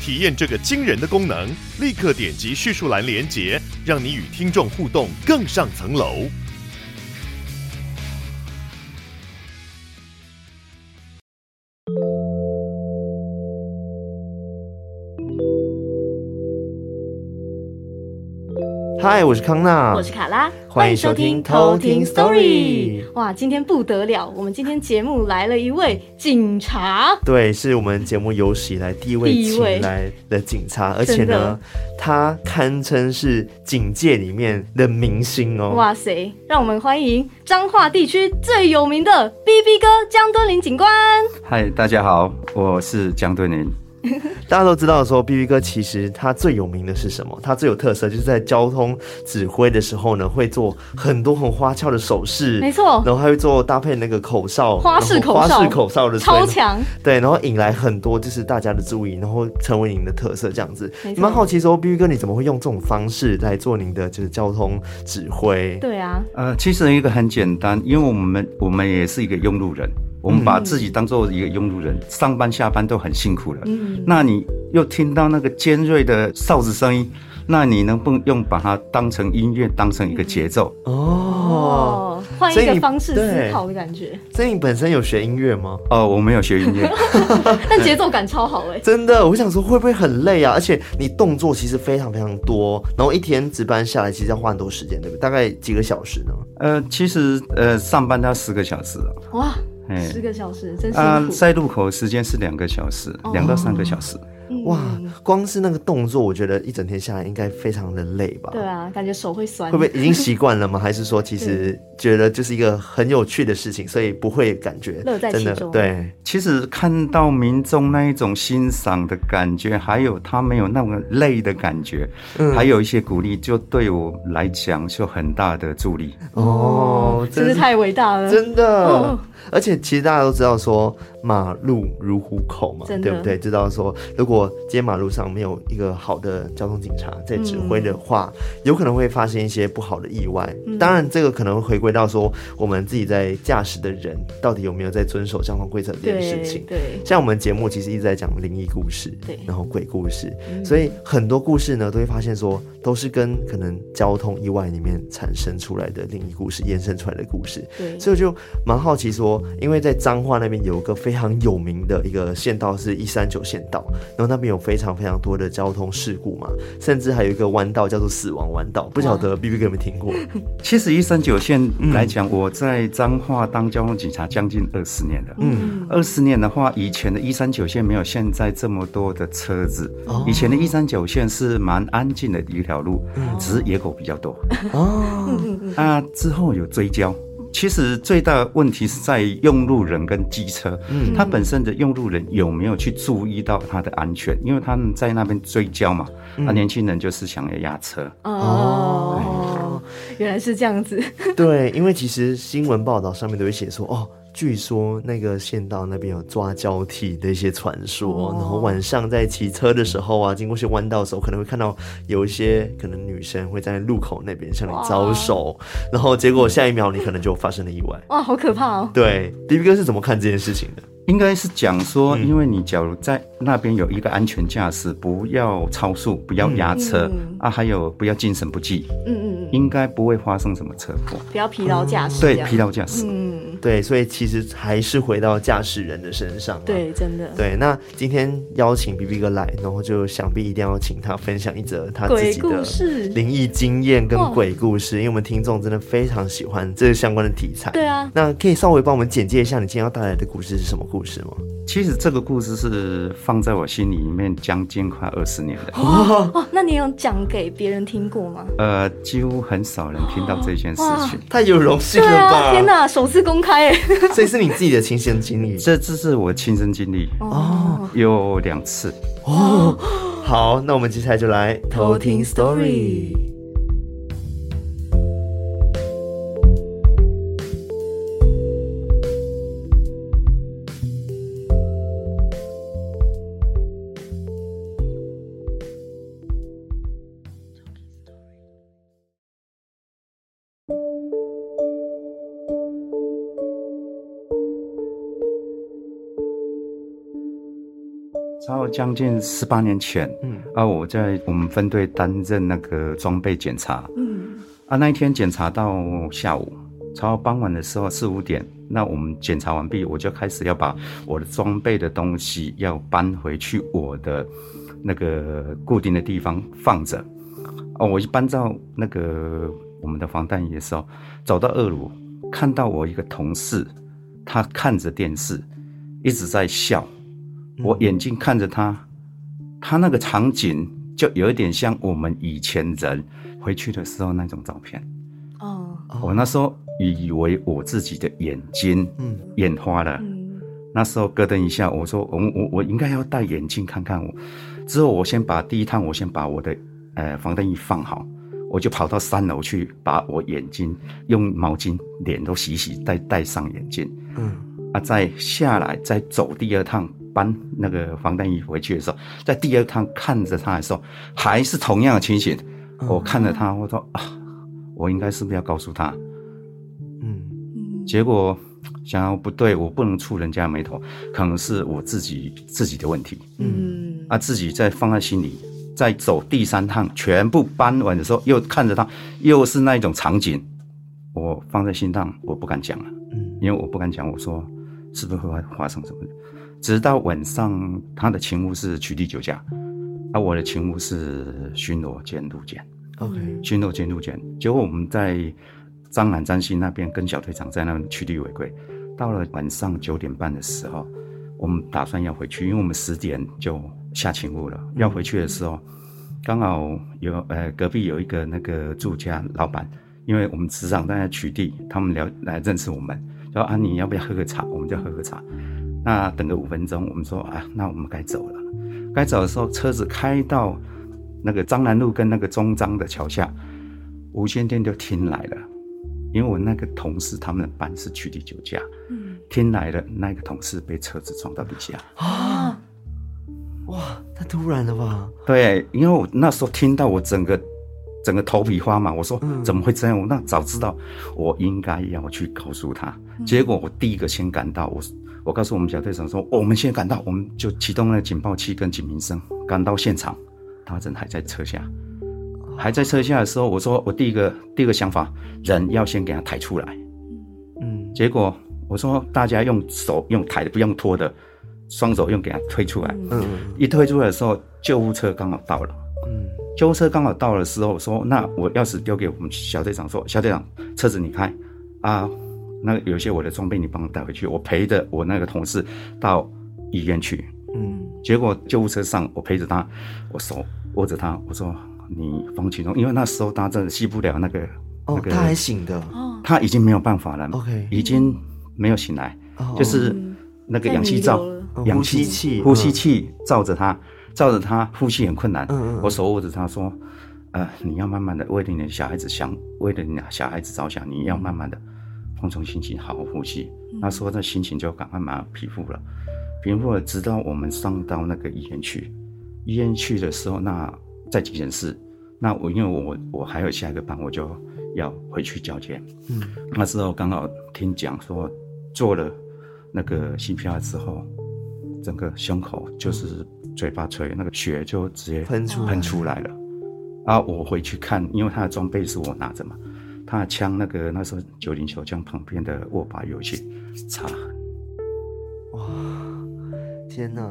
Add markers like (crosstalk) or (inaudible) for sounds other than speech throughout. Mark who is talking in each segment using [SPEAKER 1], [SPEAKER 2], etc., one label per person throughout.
[SPEAKER 1] 体验这个惊人的功能，立刻点击叙述栏连接，让你与听众互动更上层楼。
[SPEAKER 2] 嗨，我是康纳，
[SPEAKER 3] 我是卡拉，
[SPEAKER 2] 欢迎收听偷听 Story
[SPEAKER 3] 哇，今天不得了，我们今天节目来了一位警察，
[SPEAKER 2] 对，是我们节目有史以来第一位
[SPEAKER 3] 第一
[SPEAKER 2] 请
[SPEAKER 3] 位
[SPEAKER 2] 来的警察，而
[SPEAKER 3] 真
[SPEAKER 2] 且呢
[SPEAKER 3] 的，
[SPEAKER 2] 他堪称是警界里面的明星哦。
[SPEAKER 3] 哇塞！让我们欢迎彰化地区最有名的 B B 哥江敦林警官。
[SPEAKER 4] 嗨，大家好，我是江敦林。
[SPEAKER 2] 大家都知道说，B B 哥其实他最有名的是什么？他最有特色就是在交通指挥的时候呢，会做很多很花俏的手势，
[SPEAKER 3] 没错
[SPEAKER 2] 然后还会做搭配那个口哨，
[SPEAKER 3] 花式
[SPEAKER 2] 然后
[SPEAKER 3] 口哨
[SPEAKER 2] 花式口哨的吹
[SPEAKER 3] 超强，
[SPEAKER 2] 对，然后引来很多就是大家的注意，然后成为您的特色这样子
[SPEAKER 3] 没。错
[SPEAKER 2] 蛮好奇说，B B 哥你怎么会用这种方式来做您的就是交通指挥？
[SPEAKER 3] 对啊，
[SPEAKER 4] 呃，其实一个很简单，因为我们我们也是一个用路人，我们把自己当做一个用路人，上班下班都很辛苦了。
[SPEAKER 3] 嗯，
[SPEAKER 4] 那你又听到那个尖锐的哨子声音，那你能不能用把它当成音乐，当成一个节奏？
[SPEAKER 3] 嗯
[SPEAKER 2] 哦，
[SPEAKER 3] 哦，换
[SPEAKER 2] 所
[SPEAKER 3] 一
[SPEAKER 2] 以
[SPEAKER 3] 个
[SPEAKER 2] 你
[SPEAKER 3] 方式
[SPEAKER 2] 对
[SPEAKER 3] 思考的感觉，
[SPEAKER 2] 所以你本身有学音乐吗？
[SPEAKER 4] 哦、我没有学音乐， (laughs)
[SPEAKER 3] 但节奏感超好哎、
[SPEAKER 2] 真的，我想说会不会很累啊？而且你动作其实非常非常多，然后一天值班下来，其实要花很多时间，对不对？大概几个小时呢？
[SPEAKER 4] 呃，其实呃，上班要十个小时哦，
[SPEAKER 3] 哇，
[SPEAKER 4] 哎
[SPEAKER 2] 嗯
[SPEAKER 3] 十个小时哦真辛
[SPEAKER 4] 啊、
[SPEAKER 3] 苦。
[SPEAKER 4] 在路口时间是两个小时，两到三个小时。
[SPEAKER 3] 嗯
[SPEAKER 2] 哇，光是那个动作，我觉得一整天下来应该非常的累吧？
[SPEAKER 3] 对啊，感觉手会酸。
[SPEAKER 2] 会
[SPEAKER 3] (laughs)
[SPEAKER 2] 不会已经习惯了吗？还是说其实觉得就是一个很有趣的事情，所以不会感觉
[SPEAKER 3] 乐在
[SPEAKER 2] 真的
[SPEAKER 3] 其中
[SPEAKER 2] 对
[SPEAKER 4] 其实看到民众那一种欣赏的感觉，还有他没有那么累的感觉，还有一些鼓励，就对我来讲就很大的助力。
[SPEAKER 2] 哦，
[SPEAKER 3] 真
[SPEAKER 2] 真
[SPEAKER 3] 是太伟大了。
[SPEAKER 2] 真的
[SPEAKER 3] 哦，
[SPEAKER 2] 而且其实大家都知道说马路如虎口嘛，
[SPEAKER 3] 真的
[SPEAKER 2] 对不对？知道说如果今天马路上没有一个好的交通警察在指挥的话，
[SPEAKER 3] 嗯
[SPEAKER 2] 有可能会发生一些不好的意外。当然，这个可能回归到说我们自己在驾驶的人到底有没有在遵守交通规则这件事
[SPEAKER 3] 对
[SPEAKER 2] 情。
[SPEAKER 3] 对，
[SPEAKER 2] 像我们节目其实一直在讲灵异故事，
[SPEAKER 3] 对
[SPEAKER 2] 然后鬼故事，所以很多故事呢都会发现说都是跟可能交通意外里面产生出来的灵异故事延伸出来的故事，
[SPEAKER 3] 对
[SPEAKER 2] 所以我就蛮好奇说，因为在彰化那边有一个非常有名的一个县道是一三九县道，然后那边有非常非常多的交通事故嘛，甚至还有一个弯道叫做死亡弯道，不晓得 B B 哥有没有听过？
[SPEAKER 4] 其实一三九线来讲，我在彰化当交通警察将近二十年了。嗯，二十年的话，以前的一三九线没有现在这么多的车子，以前的一三九线是蛮安静的一条路，只是野狗比较多。 (laughs)
[SPEAKER 2] 哦，
[SPEAKER 4] 啊，之后有追焦。其实最大的问题是在于用路人跟机车，嗯，他本身的用路人有没有去注意到他的安全？因为他们在那边追焦嘛，啊，年轻人就是想要压车，
[SPEAKER 3] 哦，原来是这样子。
[SPEAKER 2] 对，因为其实新闻报道上面都会写说，哦，据说那个县道那边有抓交替的一些传说，
[SPEAKER 3] 哦
[SPEAKER 2] 然后晚上在骑车的时候啊，经过一些弯道的时候，可能会看到有一些可能女生会在路口那边向你招手，然后结果下一秒你可能就发生了意外。
[SPEAKER 3] 哇，好可怕哦！
[SPEAKER 2] 对，B B 哥是怎么看这件事情的？
[SPEAKER 4] 应该是讲说，因为你假如在那边有一个安全驾驶，不要超速，不要压车、
[SPEAKER 3] 嗯
[SPEAKER 4] 啊，还有不要精神不济，
[SPEAKER 3] 嗯嗯
[SPEAKER 4] 应该不会发生什么车祸。
[SPEAKER 3] 嗯，不要疲劳驾驶。
[SPEAKER 4] 对
[SPEAKER 3] 这，样
[SPEAKER 4] 疲。劳驾驶。
[SPEAKER 3] 嗯，
[SPEAKER 2] 对，所以其实还是回到驾驶人的身上、啊。
[SPEAKER 3] 对，真的。
[SPEAKER 2] 对，那今天邀请 B B 哥来，然后就想必一定要请他分享一则他自
[SPEAKER 3] 鬼
[SPEAKER 2] 己
[SPEAKER 3] 故
[SPEAKER 2] 的
[SPEAKER 3] 事。
[SPEAKER 2] 灵异经验跟
[SPEAKER 3] 哦
[SPEAKER 2] 鬼故事，因为我们听众真的非常喜欢这个相关的题材。
[SPEAKER 3] 对啊，
[SPEAKER 2] 那可以稍微帮我们简介一下你今天要带来的故事是什么故事吗？
[SPEAKER 4] 其实这个故事是放在我心里面将近快二十年的。
[SPEAKER 3] 哦，那你有讲给别人听过吗？
[SPEAKER 4] 呃，几乎很少人听到这件事情。
[SPEAKER 2] 太有荣幸
[SPEAKER 3] 对
[SPEAKER 2] 了
[SPEAKER 3] 啊，天
[SPEAKER 2] 吧！
[SPEAKER 3] 哪，嗯首次公开哎！
[SPEAKER 2] (laughs) 所以是你自己的亲
[SPEAKER 3] (laughs)
[SPEAKER 2] 身经历
[SPEAKER 4] 这这是我亲身经历，
[SPEAKER 3] 哦，
[SPEAKER 4] 有两次。
[SPEAKER 2] 哦，好，那我们接下来就来
[SPEAKER 5] 偷听 story。
[SPEAKER 4] 到将近十八年前，嗯，啊，我在我们分队担任那个装备检查，嗯，啊，那一天检查到下午，超傍晚的时候四五点，那我们检查完毕，我就开始要把我的装备的东西要搬回去我的那个固定的地方放着，哦，我一搬到那个我们的防弹衣的时候，走到二楼，看到我一个同事，他看着电视，一直在笑。我眼睛看着他，他那个场景就有一点像我们以前人回去的时候那种照片。哦，我那时候以为我自己的眼睛嗯眼花了，嗯、那时候咯噔一下，我说我我我应该要戴眼镜看看我。之后我先把第一趟我先把我的呃防弹衣放好，我就跑到三楼去把我眼睛用毛巾脸都洗洗，再戴上眼镜。嗯，啊，再下来再走第二趟。搬那个防弹衣回去的时候，在第二趟看着他的时候，还是同样的情形。嗯、我看着他，我说啊，我应该是不是要告诉他？嗯，结果想要不对，我不能触人家眉头，可能是我自己自己的问题。嗯，啊，自己再放在心里，再走第三趟全部搬完的时候，又看着他，又是那一种场景，我放在心上，我不敢讲了。嗯，因为我不敢讲，我说是不是会发生什么？直到晚上，他的勤务是取缔酒驾，而、啊、我的勤务是巡逻兼入监。
[SPEAKER 2] OK，
[SPEAKER 3] 嗯
[SPEAKER 4] 巡逻兼入监。结果我们在张南张西那边跟小队长在那边取缔违规。到了晚上九点半的时候，我们打算要回去，因为我们十点就下勤务了。要回去的时候，刚好有呃隔壁有一个那个住家老板，因为我们时常在取缔，他们聊来认识我们，说啊你要不要喝个茶？我们就喝个茶。那等个五分钟，我们说啊，那我们该走了。该走的时候，车子开到那个张南路跟那个中彰的桥下，无线电就听来了。因为我那个同事他们的班是取缔酒驾，嗯，听来了，那个同事被车子撞到底下啊！
[SPEAKER 2] 哇，太突然了吧？
[SPEAKER 4] 对，因为我那时候听到，我整个整个头皮发麻。我说、嗯、怎么会这样？我那早知道我应该要去告诉他。嗯、结果我第一个先赶到我。我告诉我们小队长说、哦，我们现在赶到，我们就启动了警报器跟警鸣声，赶到现场，他人还在车下，还在车下的时候，我说我第一个第一个想法，人要先给他抬出来，嗯，结果我说大家用手用抬的，不用拖的，双手用给他推出来，嗯，一推出来的时候，救护车刚好到了，嗯，救护车刚好到的时候，我说那我钥匙丢给我们小队长说，小队长车子你开，啊。那有些我的装备你帮我带回去，我陪着我那个同事到医院去。嗯，结果救护车上我陪着他，我手握着他，我说你放轻松，因为那时候他真的吸不了那个。
[SPEAKER 2] 哦，
[SPEAKER 4] 那个、
[SPEAKER 2] 他还醒的，
[SPEAKER 3] 哦
[SPEAKER 4] 他已经没有办法了。
[SPEAKER 2] OK，
[SPEAKER 4] 已经没有醒来，哦、就是那个氧气罩、
[SPEAKER 2] 嗯、
[SPEAKER 4] 氧
[SPEAKER 2] 气器、
[SPEAKER 4] 呼吸器罩着他，罩着他呼吸很困难。嗯嗯我手握着他说：“呃，你要慢慢的为了你的小孩子想，为了你的小孩子着想，你要慢慢的。”放松心情，好好呼吸。那时候的心情就赶快马上平复了，平复了。直到我们上到那个医院去，医院去的时候，那在急诊室，那我因为我我还有下一个班，我就要回去交接。嗯，那时候刚好听讲说做了那个 CPR 之后，整个胸口就是嘴巴垂那个血就直接
[SPEAKER 2] 喷出
[SPEAKER 4] 喷出来了。啊，我回去看，因为他的装备是我拿着嘛。他的枪那个那时候九零手枪旁边的握把有一些擦痕，
[SPEAKER 2] 哇，天哪！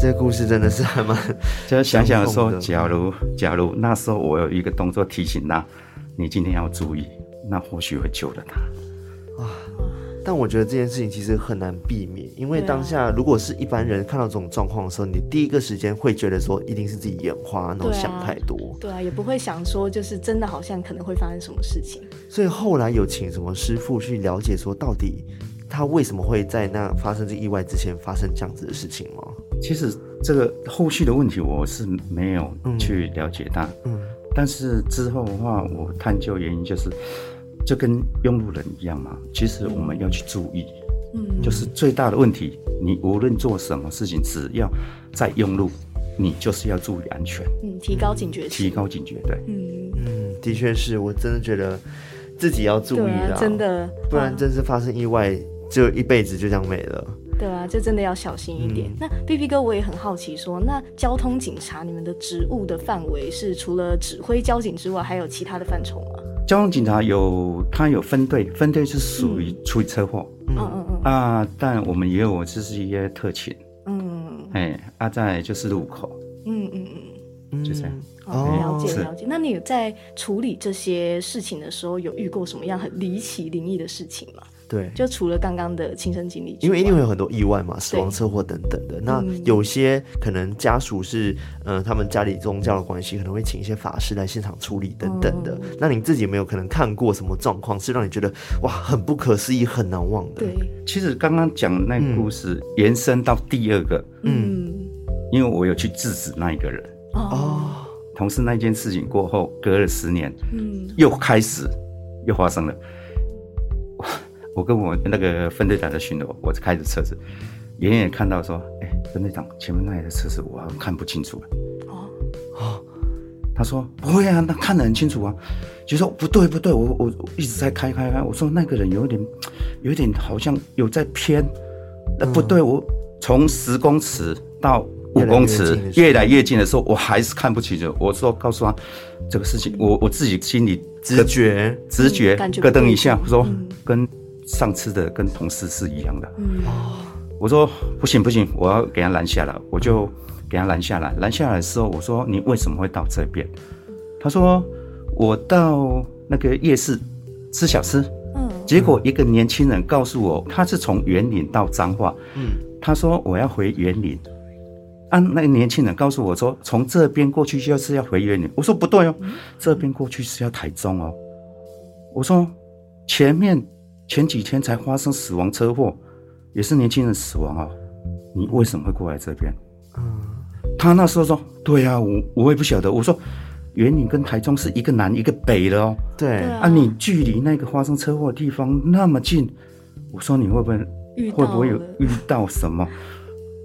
[SPEAKER 2] 这故事真的是还蛮……
[SPEAKER 4] 就想想说，假如假如那时候我有一个动作提醒他。你今天要注意，那或许会救了他。
[SPEAKER 2] 哇！但我觉得这件事情其实很难避免，因为
[SPEAKER 3] 啊
[SPEAKER 2] 当下如果是一般人看到这种状况的时候，你第一个时间会觉得说一定是自己眼花，然后
[SPEAKER 3] 对啊
[SPEAKER 2] 想太多。
[SPEAKER 3] 对啊，也不会想说就是真的好像可能会发生什么事情。
[SPEAKER 2] 所以后来有请什么师傅去了解说到底他为什么会在那发生这意外之前发生这样子的事情吗？
[SPEAKER 4] 其实这个后续的问题我是没有去了解它，
[SPEAKER 2] 嗯
[SPEAKER 4] 但是之后的话，我探究原因就是，就跟用路人一样嘛，其实我们要去注意，
[SPEAKER 3] 嗯，
[SPEAKER 4] 就是最大的问题，你无论做什么事情，只要在用路，你就是要注意安全，
[SPEAKER 3] 嗯，提高警觉
[SPEAKER 4] 提
[SPEAKER 3] 性。
[SPEAKER 4] 高警觉，对。
[SPEAKER 3] 嗯，
[SPEAKER 2] 嗯，的确是我真的觉得自己要注意
[SPEAKER 3] 对
[SPEAKER 2] 啦，
[SPEAKER 3] 啊，真，的，
[SPEAKER 2] 不然真是发生意外，就一辈子就这样没了。
[SPEAKER 3] 对啊，这真的要小心一点。那 B B 哥，我也很好奇说那交通警察你们的职务的范围是除了指挥交警之外，还有其他的范畴吗？
[SPEAKER 4] 交通警察有，他有分队，分队是属于出车祸、
[SPEAKER 3] 嗯嗯嗯
[SPEAKER 4] 啊，但我们也有就是一些特勤，
[SPEAKER 3] 嗯
[SPEAKER 4] 哎，啊，再来就是路口，
[SPEAKER 3] 嗯嗯嗯，
[SPEAKER 4] 就这样。
[SPEAKER 2] 嗯
[SPEAKER 3] 哦，了解
[SPEAKER 4] 是
[SPEAKER 3] 了解。那你有在处理这些事情的时候，有遇过什么样很离奇、灵异的事情吗？
[SPEAKER 2] 对，
[SPEAKER 3] 就除了刚刚的亲身经历之外，嗯
[SPEAKER 2] 因为一定会有很多意外嘛，死亡车祸等等的。那有些可能家属是，呃，他们家里宗教的关系，可能会请一些法师来现场处理等等
[SPEAKER 3] 哦
[SPEAKER 2] 的。那你自己有没有可能看过什么状况是让你觉得哇很不可思议、很难忘的？
[SPEAKER 3] 对，
[SPEAKER 4] 其实刚刚讲那个故事、延伸到第二个，
[SPEAKER 3] 嗯
[SPEAKER 4] 因为我有去制止那一个人，
[SPEAKER 3] 哦，
[SPEAKER 4] 同事那件事情过后，隔了十年
[SPEAKER 3] 嗯
[SPEAKER 4] 又开始又发生了。我我跟我那个分队长在巡逻，我开着车子，远远看到说，哎、分队长前面那台车子我好像看不清楚了。啊
[SPEAKER 3] 哦，
[SPEAKER 4] 他说不会啊，那看得很清楚啊。就说不对不对，我我我一直在开开开。我说那个人有点，有点好像有在偏，那、不
[SPEAKER 2] 嗯
[SPEAKER 4] 对，我从十公尺到五公尺
[SPEAKER 2] 越
[SPEAKER 4] 越
[SPEAKER 2] 来
[SPEAKER 4] 来越近的时候，我还是看不清楚。我说告诉他这个事情，我我自己心里
[SPEAKER 2] 直觉，
[SPEAKER 4] 直觉
[SPEAKER 3] 嗯感觉
[SPEAKER 4] 咯噔一下
[SPEAKER 3] 不，对
[SPEAKER 4] 说
[SPEAKER 3] 嗯
[SPEAKER 4] 跟上次的跟同事是一样的。我说不行不行，我要给他拦下来，我就给他拦下来。拦下来的时候，我说你为什么会到这边？他说我到那个夜市吃小吃，
[SPEAKER 3] 嗯
[SPEAKER 4] 结果一个年轻人告诉我，他是从园林到彰化，嗯，他说我要回园林。啊，那个年轻人告诉我说，从这边过去就是要回园林。我说不对哦，这边过去是要台中哦。我说前面前几天才发生死亡车祸，也是年轻人死亡哦，你为什么会过来这边？
[SPEAKER 2] 嗯
[SPEAKER 4] 他那时候说，对啊，我我也不晓得。我说园林跟台中是一个南一个北的哦。
[SPEAKER 2] 对，
[SPEAKER 3] 对啊
[SPEAKER 4] 啊，你距离那个发生车祸的地方那么近，我说你会不会
[SPEAKER 3] 遇到
[SPEAKER 4] 会不会有
[SPEAKER 3] 了
[SPEAKER 4] 遇到什么？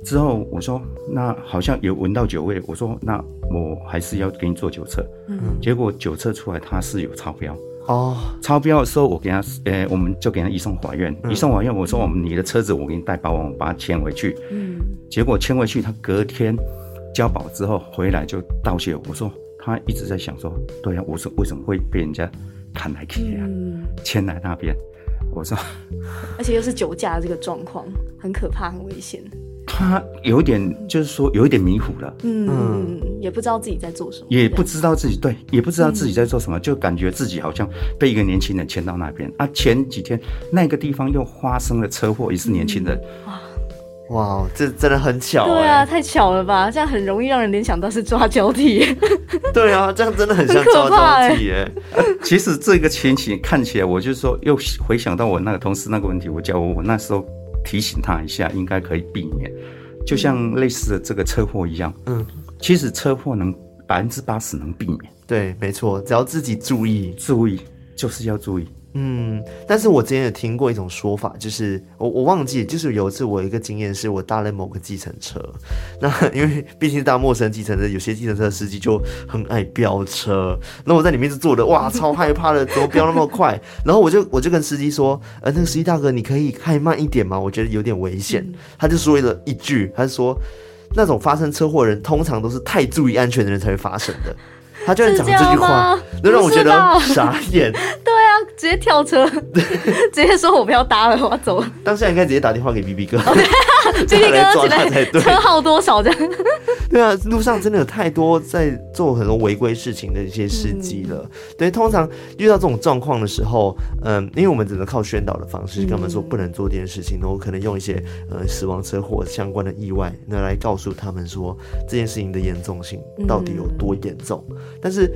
[SPEAKER 4] 之后我说那好像有闻到酒味，我说那我还是要给你做酒测。
[SPEAKER 3] 嗯
[SPEAKER 4] 结果酒测出来他是有超标，
[SPEAKER 2] 哦，
[SPEAKER 4] 超标的时候我给他，呃，我们就给他移送法院。移送法院，我说我们你的车子我给你带保管，我把它牵回去。
[SPEAKER 3] 嗯
[SPEAKER 4] 结果牵回去，他隔天交保之后回来就道谢。我说他一直在想说，对呀、啊我说为什么会被人家砍来砍去啊？
[SPEAKER 3] 嗯，
[SPEAKER 4] 迁来那边。我说
[SPEAKER 3] 而且又是酒驾这个状况，很可怕，很危险。
[SPEAKER 4] 他有点，就是说有一点迷糊了，
[SPEAKER 3] 嗯嗯嗯，也不知道自己在做什么，
[SPEAKER 4] 也不知道自己对，也不知道自己在做什么，就感觉自己好像被一个年轻人牵到那边啊。前几天那个地方又发生了车祸，也是年轻人，
[SPEAKER 2] 哇，这真的很巧
[SPEAKER 3] 对
[SPEAKER 2] 哎、
[SPEAKER 3] 啊，太巧了吧？这样很容易让人联想到是抓交替。 (laughs)
[SPEAKER 2] 对啊，这样真的很像
[SPEAKER 3] 很可
[SPEAKER 2] 抓
[SPEAKER 3] 怕
[SPEAKER 2] 交
[SPEAKER 3] 哎
[SPEAKER 2] 替哎，
[SPEAKER 4] 其实这个情形看起来，我就说又回想到我那个同事那个问题，我叫我我那时候提醒他一下，应该可以避免，就像类似的这个车祸一样。
[SPEAKER 2] 嗯，
[SPEAKER 4] 其实车祸能百分之八十能避免，
[SPEAKER 2] 对，没错，只要自己注意，
[SPEAKER 4] 注意就是要注意。
[SPEAKER 2] 嗯，但是我之前有听过一种说法，就是我我忘记，就是有一次我有一个经验是我搭了某个计程车， (laughs) 那因为毕竟是搭陌生计程车，有些计程车司机就很爱飙车，那我在里面就坐的哇超害怕的，怎么飙那么快？ (laughs) 然后我就我就跟司机说，呃，那个司机大哥，你可以开慢一点吗？我觉得有点危险。
[SPEAKER 3] 嗯
[SPEAKER 2] 他就说了一句，他就说那种发生车祸的人，通常都是太注意安全的人才会发生的。他居然讲
[SPEAKER 3] 是这样
[SPEAKER 2] 句话
[SPEAKER 3] 吗，
[SPEAKER 2] 那让我觉得
[SPEAKER 3] 不是
[SPEAKER 2] 傻眼。
[SPEAKER 3] 对啊，直
[SPEAKER 2] (laughs)
[SPEAKER 3] 接跳车，直接说我不要搭了，我要走了。
[SPEAKER 2] 当下应该直接打电话给 (laughs) B B 哥，
[SPEAKER 3] 贝贝
[SPEAKER 2] 来抓
[SPEAKER 3] 哥起
[SPEAKER 2] 他才
[SPEAKER 3] 来
[SPEAKER 2] 对
[SPEAKER 3] 车号多少这样？
[SPEAKER 2] (laughs) 对啊，路上真的有太多在做很多违规事情的一些事迹了。对，通常遇到这种状况的时候，嗯，因为我们只能靠宣导的方式跟他们说
[SPEAKER 3] 嗯
[SPEAKER 2] 不能做这件事情，然后可能用一些呃死亡车祸相关的意外，那来告诉他们说这件事情的严重性到底有多严重。但是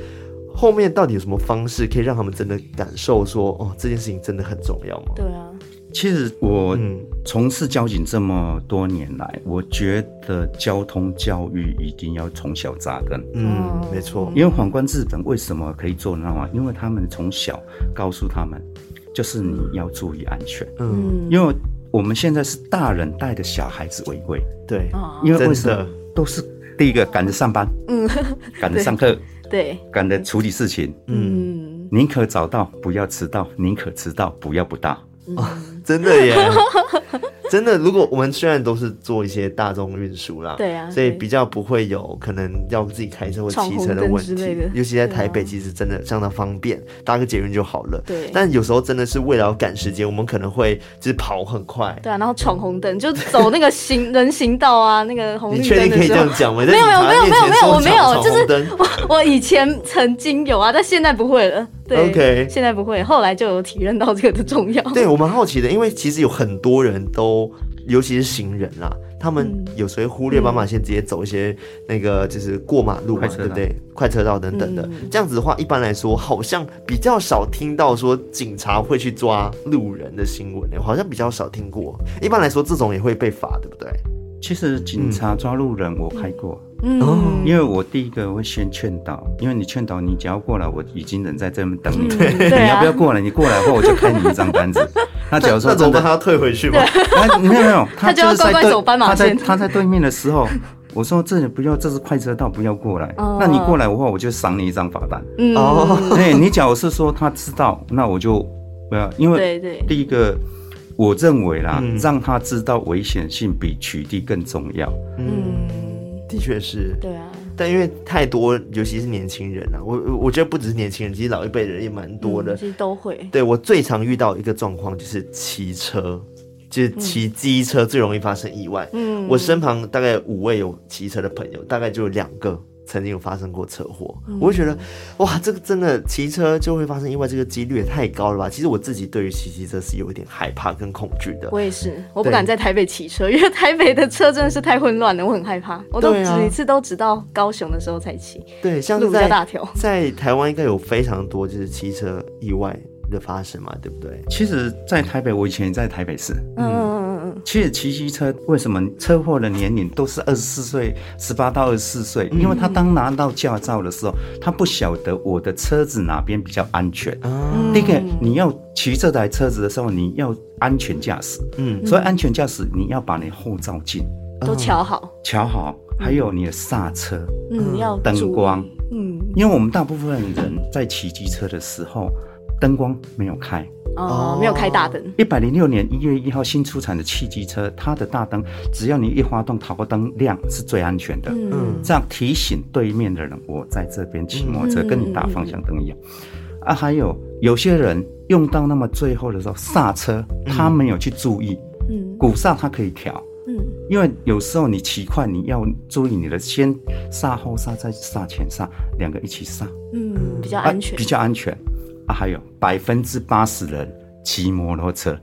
[SPEAKER 2] 后面到底有什么方式可以让他们真的感受说，哦，这件事情真的很重要吗？
[SPEAKER 3] 对啊，
[SPEAKER 4] 其实我
[SPEAKER 2] 嗯
[SPEAKER 4] 从事交警这么多年来，我觉得交通教育一定要从小扎根。
[SPEAKER 2] 嗯
[SPEAKER 3] 哦，
[SPEAKER 2] 没错，
[SPEAKER 4] 因为反观日本为什么可以做得那么好？因为他们从小告诉他们，就是你要注意安全。
[SPEAKER 2] 嗯，
[SPEAKER 4] 因为我们现在是大人带着小孩子违规，
[SPEAKER 2] 对，
[SPEAKER 3] 啊，
[SPEAKER 4] 因为
[SPEAKER 2] 真
[SPEAKER 4] 为什
[SPEAKER 2] 的
[SPEAKER 4] 么都是第一个赶着上班，
[SPEAKER 3] 嗯，
[SPEAKER 4] 赶着上课，
[SPEAKER 3] 对，
[SPEAKER 4] 赶着处理事情，
[SPEAKER 2] 嗯，
[SPEAKER 3] 嗯
[SPEAKER 4] 宁可早到不要迟到，宁可迟到不要不到。
[SPEAKER 3] 嗯，
[SPEAKER 2] 真的
[SPEAKER 3] (laughs)
[SPEAKER 2] 耶，真的。如果我们虽然都是做一些大众运输啦，
[SPEAKER 3] 对啊
[SPEAKER 2] 所以
[SPEAKER 3] 对
[SPEAKER 2] 比较不会有可能要自己开车或骑车问
[SPEAKER 3] 闯红灯之类
[SPEAKER 2] 题
[SPEAKER 3] 的，
[SPEAKER 2] 尤其在
[SPEAKER 3] 对啊
[SPEAKER 2] 台北，其实真的相当方便，搭个捷运就好了。
[SPEAKER 3] 对
[SPEAKER 2] 但有时候真的是为了要赶时间，我们可能会就是跑很快。
[SPEAKER 3] 对啊，然后闯红灯就走那个行人行道啊，那个红
[SPEAKER 2] 你
[SPEAKER 3] 绿
[SPEAKER 2] 确
[SPEAKER 3] 灯
[SPEAKER 2] 定可
[SPEAKER 3] 的
[SPEAKER 2] 以这
[SPEAKER 3] 时
[SPEAKER 2] 样
[SPEAKER 3] 候。
[SPEAKER 2] 讲吗？
[SPEAKER 3] 没有没有
[SPEAKER 2] 在
[SPEAKER 3] 没有
[SPEAKER 2] 警
[SPEAKER 3] 没
[SPEAKER 2] 察面前
[SPEAKER 3] 有没有
[SPEAKER 2] 说
[SPEAKER 3] 我没有，
[SPEAKER 2] 闯
[SPEAKER 3] 就
[SPEAKER 2] 闯红
[SPEAKER 3] 是
[SPEAKER 2] 灯
[SPEAKER 3] (laughs) 我我以前曾经有啊，但现在不会了。对
[SPEAKER 2] OK
[SPEAKER 3] 现在不会，后来就有体认到这个的重 (laughs) 要。
[SPEAKER 2] 对我蛮好奇的，因为其实有很多人都，尤其是行人啦，他们
[SPEAKER 3] 嗯
[SPEAKER 2] 有时候会忽略斑马线，直接走一些那个就是过马路嘛，
[SPEAKER 4] 快车
[SPEAKER 2] 对
[SPEAKER 4] 道
[SPEAKER 2] 不对？快车道等等的，
[SPEAKER 3] 嗯
[SPEAKER 2] 这样子的话，一般来说好像比较少听到说警察会去抓路人的新闻、欸，好像比较少听过。一般来说，这种也会被罚，对不对？
[SPEAKER 4] 其实警察抓路人我开过，
[SPEAKER 3] 嗯，
[SPEAKER 2] 哦
[SPEAKER 4] 因为我第一个会先劝导，因为你劝导你只要过来，我已经人在这边等你。
[SPEAKER 3] 嗯对啊
[SPEAKER 4] 你要不要过来？你过来的话，我就开你一张
[SPEAKER 2] (laughs)
[SPEAKER 4] 单子。那假如说
[SPEAKER 2] 那怎
[SPEAKER 4] 真
[SPEAKER 2] 么
[SPEAKER 4] 的
[SPEAKER 2] 办？他要退回去吗？
[SPEAKER 4] (laughs) 啊，没有没
[SPEAKER 3] (laughs)
[SPEAKER 4] 有，
[SPEAKER 3] 他就要
[SPEAKER 4] 是在
[SPEAKER 3] 乖乖
[SPEAKER 4] 对
[SPEAKER 3] 走斑马线
[SPEAKER 4] 他在他在对面的时候，我说这里不要，这是快车道，不要过来。
[SPEAKER 3] 哦
[SPEAKER 4] 那你过来的话，我就赏你一张罚单。
[SPEAKER 3] 嗯，
[SPEAKER 2] 哦
[SPEAKER 4] (laughs) 哎，你假如是说他知道，那我就不要，因
[SPEAKER 3] 对
[SPEAKER 4] 为
[SPEAKER 3] 对，
[SPEAKER 4] 第一个。我认为啦，
[SPEAKER 2] 嗯
[SPEAKER 4] 让他知道危险性比取缔更重要。
[SPEAKER 3] 嗯，
[SPEAKER 2] 的确是。
[SPEAKER 3] 对啊，
[SPEAKER 2] 但因为太多，尤其是年轻人啊，我我我觉得不只是年轻人，其实老一辈人也蛮多的
[SPEAKER 3] 嗯。其实都会。
[SPEAKER 2] 对我最常遇到一个状况就是骑车，就是骑机车最容易发生意外。
[SPEAKER 3] 嗯，
[SPEAKER 2] 我身旁大概有五位有骑车的朋友，大概就有两个曾经有发生过车祸。
[SPEAKER 3] 嗯
[SPEAKER 2] 我会觉得，哇，这个真的骑车就会发生意外，这个几率也太高了吧？其实我自己对于骑机车是有一点害怕跟恐惧的。
[SPEAKER 3] 我也是，我不
[SPEAKER 2] 对
[SPEAKER 3] 敢在台北骑车，因为台北的车真的是太混乱了，我很害怕。我都
[SPEAKER 2] 对
[SPEAKER 3] 只、
[SPEAKER 2] 啊
[SPEAKER 3] 每次都只到高雄的时候才骑，
[SPEAKER 2] 对，像是
[SPEAKER 3] 路比较大
[SPEAKER 2] 在
[SPEAKER 3] 条。
[SPEAKER 2] (laughs) 在台湾应该有非常多就是骑车意外的发生嘛，对不对？
[SPEAKER 4] 其实，在台北，我以前也在台北市，
[SPEAKER 3] 嗯嗯嗯嗯
[SPEAKER 4] 其实骑机车为什么车祸的年龄都是二十四岁，十八到二十四岁？因为他当拿到驾照的时候，他不晓得我的车子哪边比较安全。
[SPEAKER 3] 嗯
[SPEAKER 2] 啊，
[SPEAKER 4] 第一个，你要骑这台车子的时候，你要安全驾驶。
[SPEAKER 2] 嗯，
[SPEAKER 4] 所以安全驾驶，你要把你后照镜
[SPEAKER 3] 嗯，都瞧好，
[SPEAKER 4] 调好，还有你的刹车。
[SPEAKER 3] 嗯，要
[SPEAKER 4] 灯
[SPEAKER 3] 注意
[SPEAKER 4] 光，
[SPEAKER 3] 嗯，
[SPEAKER 4] 因为我们大部分人在骑机车的时候，灯光没有开。
[SPEAKER 2] 哦
[SPEAKER 3] 哦、没有开大灯，
[SPEAKER 4] 一百零六年一月一号新出产的汽机车，它的大灯只要你一滑动，逃灯亮是最安全的。
[SPEAKER 3] 嗯
[SPEAKER 4] 这样提醒对面的人，我在这边骑摩托车，
[SPEAKER 3] 嗯
[SPEAKER 4] 跟你打方向灯一样。啊，还有有些人用到那么最后的时候刹车，他没有去注意，
[SPEAKER 3] 嗯
[SPEAKER 4] 鼓刹他可以调。
[SPEAKER 3] 嗯
[SPEAKER 4] 因为有时候你骑快，你要注意你的先刹后刹再刹前刹，两个一起刹，
[SPEAKER 3] 嗯，比较
[SPEAKER 4] 啊
[SPEAKER 3] 安全，
[SPEAKER 4] 比较安全。啊，还有百分之八十人骑摩托车，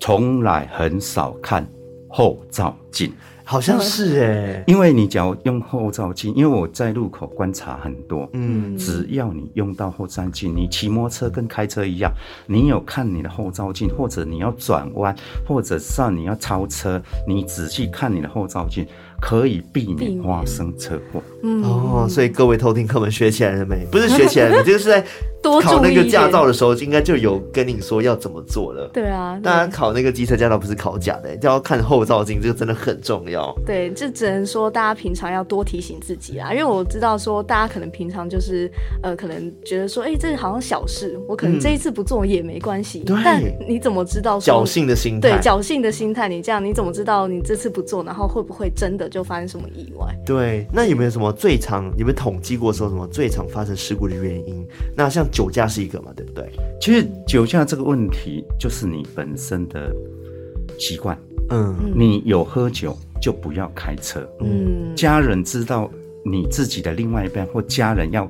[SPEAKER 4] 从来很少看后照镜。
[SPEAKER 2] 好
[SPEAKER 3] 嗯
[SPEAKER 2] 像是哎，
[SPEAKER 4] 因为你只要用后照镜，因为我在路口观察很多，
[SPEAKER 2] 嗯
[SPEAKER 4] 只要你用到后照镜，你骑摩托车跟开车一样，你有看你的后照镜，或者你要转弯，或者上你要超车，你仔细看你的后照镜，可以避
[SPEAKER 3] 避
[SPEAKER 4] 免
[SPEAKER 3] 免
[SPEAKER 4] 发生车祸。
[SPEAKER 3] 嗯
[SPEAKER 2] 哦，所以各位偷听课本学起来了没？不是学起来了，就是在
[SPEAKER 3] (laughs) 多
[SPEAKER 2] 考
[SPEAKER 3] 注
[SPEAKER 2] 那
[SPEAKER 3] 意一
[SPEAKER 2] 个
[SPEAKER 3] 点
[SPEAKER 2] 驾照的时候，应该就有跟你说要怎么做了。
[SPEAKER 3] 对啊，
[SPEAKER 2] 当然，
[SPEAKER 3] 对
[SPEAKER 2] 考那个机车驾照不是考假的，要看后照镜，这个真的很重要。
[SPEAKER 3] 对，这只能说大家平常要多提醒自己啊，因为我知道说大家可能平常就是呃，可能觉得说，哎、这好像小事，我可能这一次不做也没关系。
[SPEAKER 2] 对
[SPEAKER 3] 但你怎么知道说
[SPEAKER 2] 侥幸的心
[SPEAKER 3] 对
[SPEAKER 2] 态，
[SPEAKER 3] 侥幸的心态，你这样你怎么知道你这次不做，然后会不会真的就发生什么意外？
[SPEAKER 2] 对。那有没有什么最常？有没有统计过说什么最常发生事故的原因？那像酒驾是一个嘛，对不对？
[SPEAKER 4] 其实酒驾这个问题，就是你本身的习惯。
[SPEAKER 2] 嗯
[SPEAKER 4] 你有喝酒就不要开车。
[SPEAKER 3] 嗯，
[SPEAKER 4] 家人知道你自己的另外一半或家人要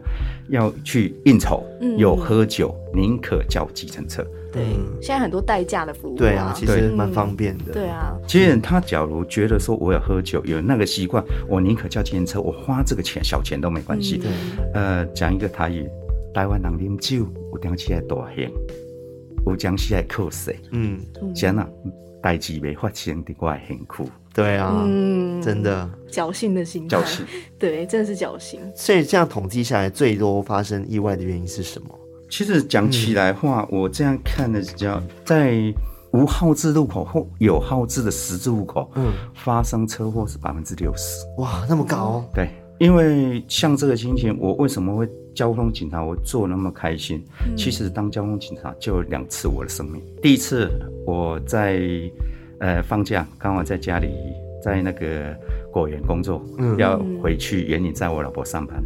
[SPEAKER 4] 要去应酬，
[SPEAKER 3] 嗯
[SPEAKER 4] 有喝酒，宁可叫计程车。
[SPEAKER 3] 对，现在很多代驾的服务、
[SPEAKER 2] 对啊，其实
[SPEAKER 4] 对
[SPEAKER 2] 蛮方便的。
[SPEAKER 3] 嗯对啊，
[SPEAKER 4] 既然他假如觉得说我有喝酒，有那个习惯，我宁可叫计程车，我花这个钱小钱都没关系。
[SPEAKER 2] 嗯对
[SPEAKER 4] 呃，讲一个台语，台湾人啉酒，有当时爱大兴，有当时爱靠势，
[SPEAKER 2] 嗯，
[SPEAKER 4] 这样啊，代志未发生伫我的身躯，
[SPEAKER 2] 对啊，
[SPEAKER 3] 嗯，
[SPEAKER 2] 真的。
[SPEAKER 3] 侥幸的心态，
[SPEAKER 4] 侥幸。
[SPEAKER 3] 对，真的是侥幸。
[SPEAKER 2] 所以这样统计下来，最多发生意外的原因是什么？
[SPEAKER 4] 其实讲起来话，我这样看的叫在无号志路口或有号志的十字路口，
[SPEAKER 2] 嗯，
[SPEAKER 4] 发生车祸是百分之六十。
[SPEAKER 2] 哇，那么高哦，
[SPEAKER 4] 对，因为像这个心情，我为什么会交通警察，我做那么开心？其实当交通警察就有两次我的生命。第一次我在呃放假，刚好在家里在那个果园工作，
[SPEAKER 2] 嗯
[SPEAKER 4] 要回去园里载我老婆上班。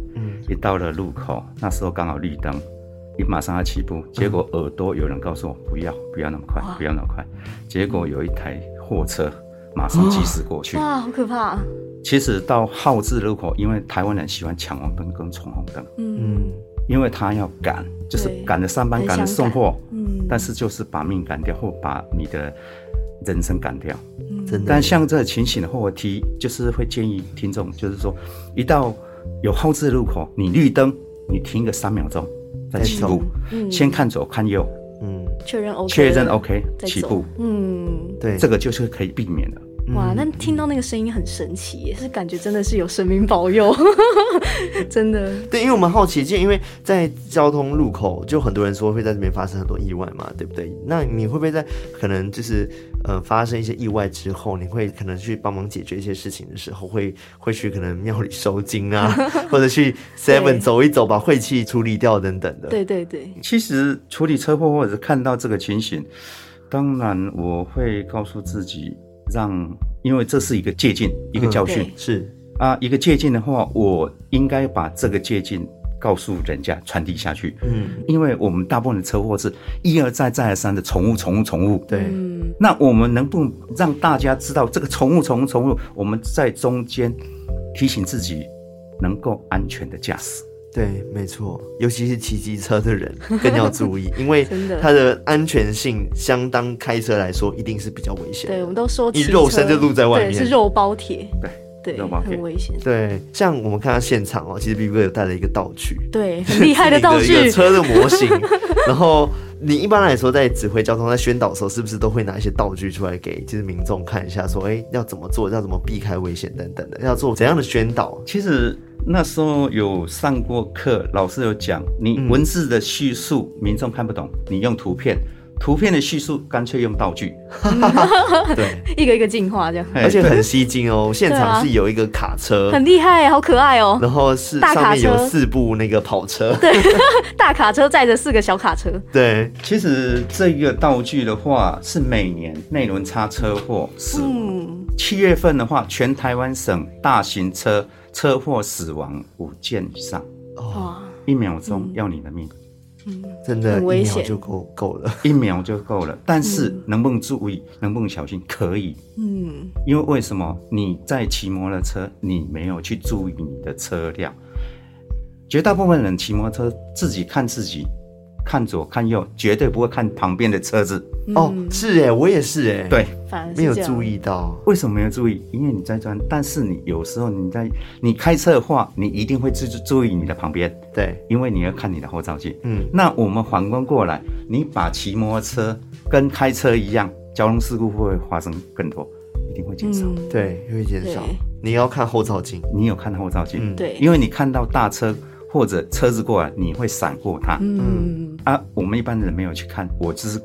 [SPEAKER 4] 一到了路口，那时候刚好绿灯。你马上要起步，结果耳朵有人告诉我不要，不要那么快，不要那么快。结果有一台货车马上疾驶过去，
[SPEAKER 3] 哇，好可怕！啊
[SPEAKER 4] 其实到好字路口，因为台湾人喜欢抢红灯跟闯红灯，
[SPEAKER 3] 嗯
[SPEAKER 4] 因为他要赶，就是
[SPEAKER 3] 对
[SPEAKER 4] 赶着上班，
[SPEAKER 3] 很
[SPEAKER 4] 赶着
[SPEAKER 3] 想赶
[SPEAKER 4] 送货，
[SPEAKER 3] 嗯，
[SPEAKER 4] 但是就是把命赶掉或把你的人生赶掉。
[SPEAKER 3] 嗯
[SPEAKER 2] 真的
[SPEAKER 4] 但。像这个情形的话，我提就是会建议听众，就是说，一到有好字路口，你绿灯，你停个三秒钟再起步，先看左看右，
[SPEAKER 2] 嗯，
[SPEAKER 3] 确认嗯 OK，
[SPEAKER 4] 确认 OK
[SPEAKER 3] 再走
[SPEAKER 4] 起步，
[SPEAKER 3] 嗯，
[SPEAKER 2] 对，
[SPEAKER 4] 这个就是可以避免的。
[SPEAKER 2] 嗯
[SPEAKER 3] 哇，那听到那个声音很神奇耶，是感觉真的是有神明保佑， (laughs) 真的。
[SPEAKER 2] 对，因为我们好奇，就因为在交通路口，就很多人说会在这边发生很多意外嘛，对不对？那你会不会在可能就是呃发生一些意外之后，你会可能去帮忙解决一些事情的时候，会会去可能庙里收金
[SPEAKER 3] (laughs)
[SPEAKER 2] 啊，或者去 Seven 走一走，把晦气处理掉等等的。，
[SPEAKER 3] 对对对，
[SPEAKER 4] 其实处理车祸或者是看到这个情形，当然我会告诉自己让，因为这是一个借鉴，一个教训、
[SPEAKER 3] 对
[SPEAKER 2] 是，
[SPEAKER 4] 啊。一个借鉴的话，我应该把这个借鉴告诉人家，传递下去。
[SPEAKER 2] 嗯，
[SPEAKER 4] 因为我们大部分的车祸是一而再、再而三的重复、重复、重复。
[SPEAKER 2] 对，
[SPEAKER 3] 嗯，
[SPEAKER 4] 那我们能不能让大家知道这个重复、重复、重复？我们在中间提醒自己，能够安全的驾驶。
[SPEAKER 2] 对，没错，尤其是骑机车的人更要注意，因为
[SPEAKER 3] (laughs) 真的
[SPEAKER 2] 它的安全性相当开车来说一定是比较危险的。
[SPEAKER 3] 对，我们都说
[SPEAKER 2] 你
[SPEAKER 3] 骑
[SPEAKER 2] 肉
[SPEAKER 3] 车
[SPEAKER 2] 身就露在外面
[SPEAKER 3] 对，是肉包铁，
[SPEAKER 4] 对，
[SPEAKER 3] 对，
[SPEAKER 4] 肉包铁
[SPEAKER 3] 很危险，
[SPEAKER 2] 对，像我们看到现场哦，其实 B B 有带了一个道具，
[SPEAKER 3] 对，很 (laughs) 厉害
[SPEAKER 2] (laughs)
[SPEAKER 3] 的道
[SPEAKER 2] 自己一
[SPEAKER 3] 具
[SPEAKER 2] 个，车的模
[SPEAKER 3] (laughs)
[SPEAKER 2] 型。然后你一般来说在指挥交通、在宣导的时候，是不是都会拿一些道具出来给就是民众看一下说，哎要怎么做，要怎么避开危险等等的，要做怎样的宣
[SPEAKER 3] (laughs)
[SPEAKER 2] 导？
[SPEAKER 4] 其实那时候有上过课，老师有讲，你文字的叙述、民众看不懂，你用图片，图片的叙述干脆用道具，
[SPEAKER 2] 对，
[SPEAKER 3] 一个一个进化这样，
[SPEAKER 4] 哎
[SPEAKER 2] 而且
[SPEAKER 4] 对
[SPEAKER 2] 很吸睛哦，现场是有一个卡车，
[SPEAKER 3] 很厉害，好可爱哦。
[SPEAKER 2] 然后是
[SPEAKER 3] 大
[SPEAKER 2] 上
[SPEAKER 3] 卡
[SPEAKER 2] 面有
[SPEAKER 3] 车
[SPEAKER 2] 四部那个跑车，
[SPEAKER 3] 大卡车载着四个小卡车，
[SPEAKER 2] (laughs) 对，
[SPEAKER 4] 其实这个道具的话是每年内轮差车祸死亡，
[SPEAKER 3] 嗯，
[SPEAKER 4] 七、月份的话，全台湾省大型车车祸死亡五件以上，
[SPEAKER 3] 哇，
[SPEAKER 2] 哦
[SPEAKER 4] 一秒钟要你的命。
[SPEAKER 2] 真的，
[SPEAKER 3] 很
[SPEAKER 2] 一
[SPEAKER 3] 危
[SPEAKER 2] 秒
[SPEAKER 3] 险
[SPEAKER 2] 就够够了。
[SPEAKER 4] 一秒就够了，但是能不能注意，能不能小心？可以，
[SPEAKER 3] 嗯，
[SPEAKER 4] 因为为什么你在骑摩托车，你没有去注意你的车辆？绝大部分人骑摩托车自己看自己，看左看右，绝对不会看旁边的车子。
[SPEAKER 2] 哦，是哎，我也是哎，，
[SPEAKER 4] 对，
[SPEAKER 3] 反嗯而是
[SPEAKER 2] 没有
[SPEAKER 3] 这样
[SPEAKER 2] 注，意到，
[SPEAKER 4] 为什么没有注意？因为你在转，但是你有时候你在你开车的话，你一定会注注意你的旁边，
[SPEAKER 2] 对，
[SPEAKER 4] 因为你要看你的后照镜。
[SPEAKER 2] 嗯，
[SPEAKER 4] 那我们反观过来，你把骑摩托车跟开车一样，交通事故会不会发生更多？一定会减少。
[SPEAKER 3] 嗯，
[SPEAKER 2] 对，会减少
[SPEAKER 3] 对。
[SPEAKER 2] 你要看后照镜，
[SPEAKER 4] 你有看后照镜，
[SPEAKER 2] 嗯
[SPEAKER 3] 对，
[SPEAKER 4] 因为你看到大车或者车子过来，你会闪过它。
[SPEAKER 3] 嗯，
[SPEAKER 4] 啊，我们一般人没有去看，我只是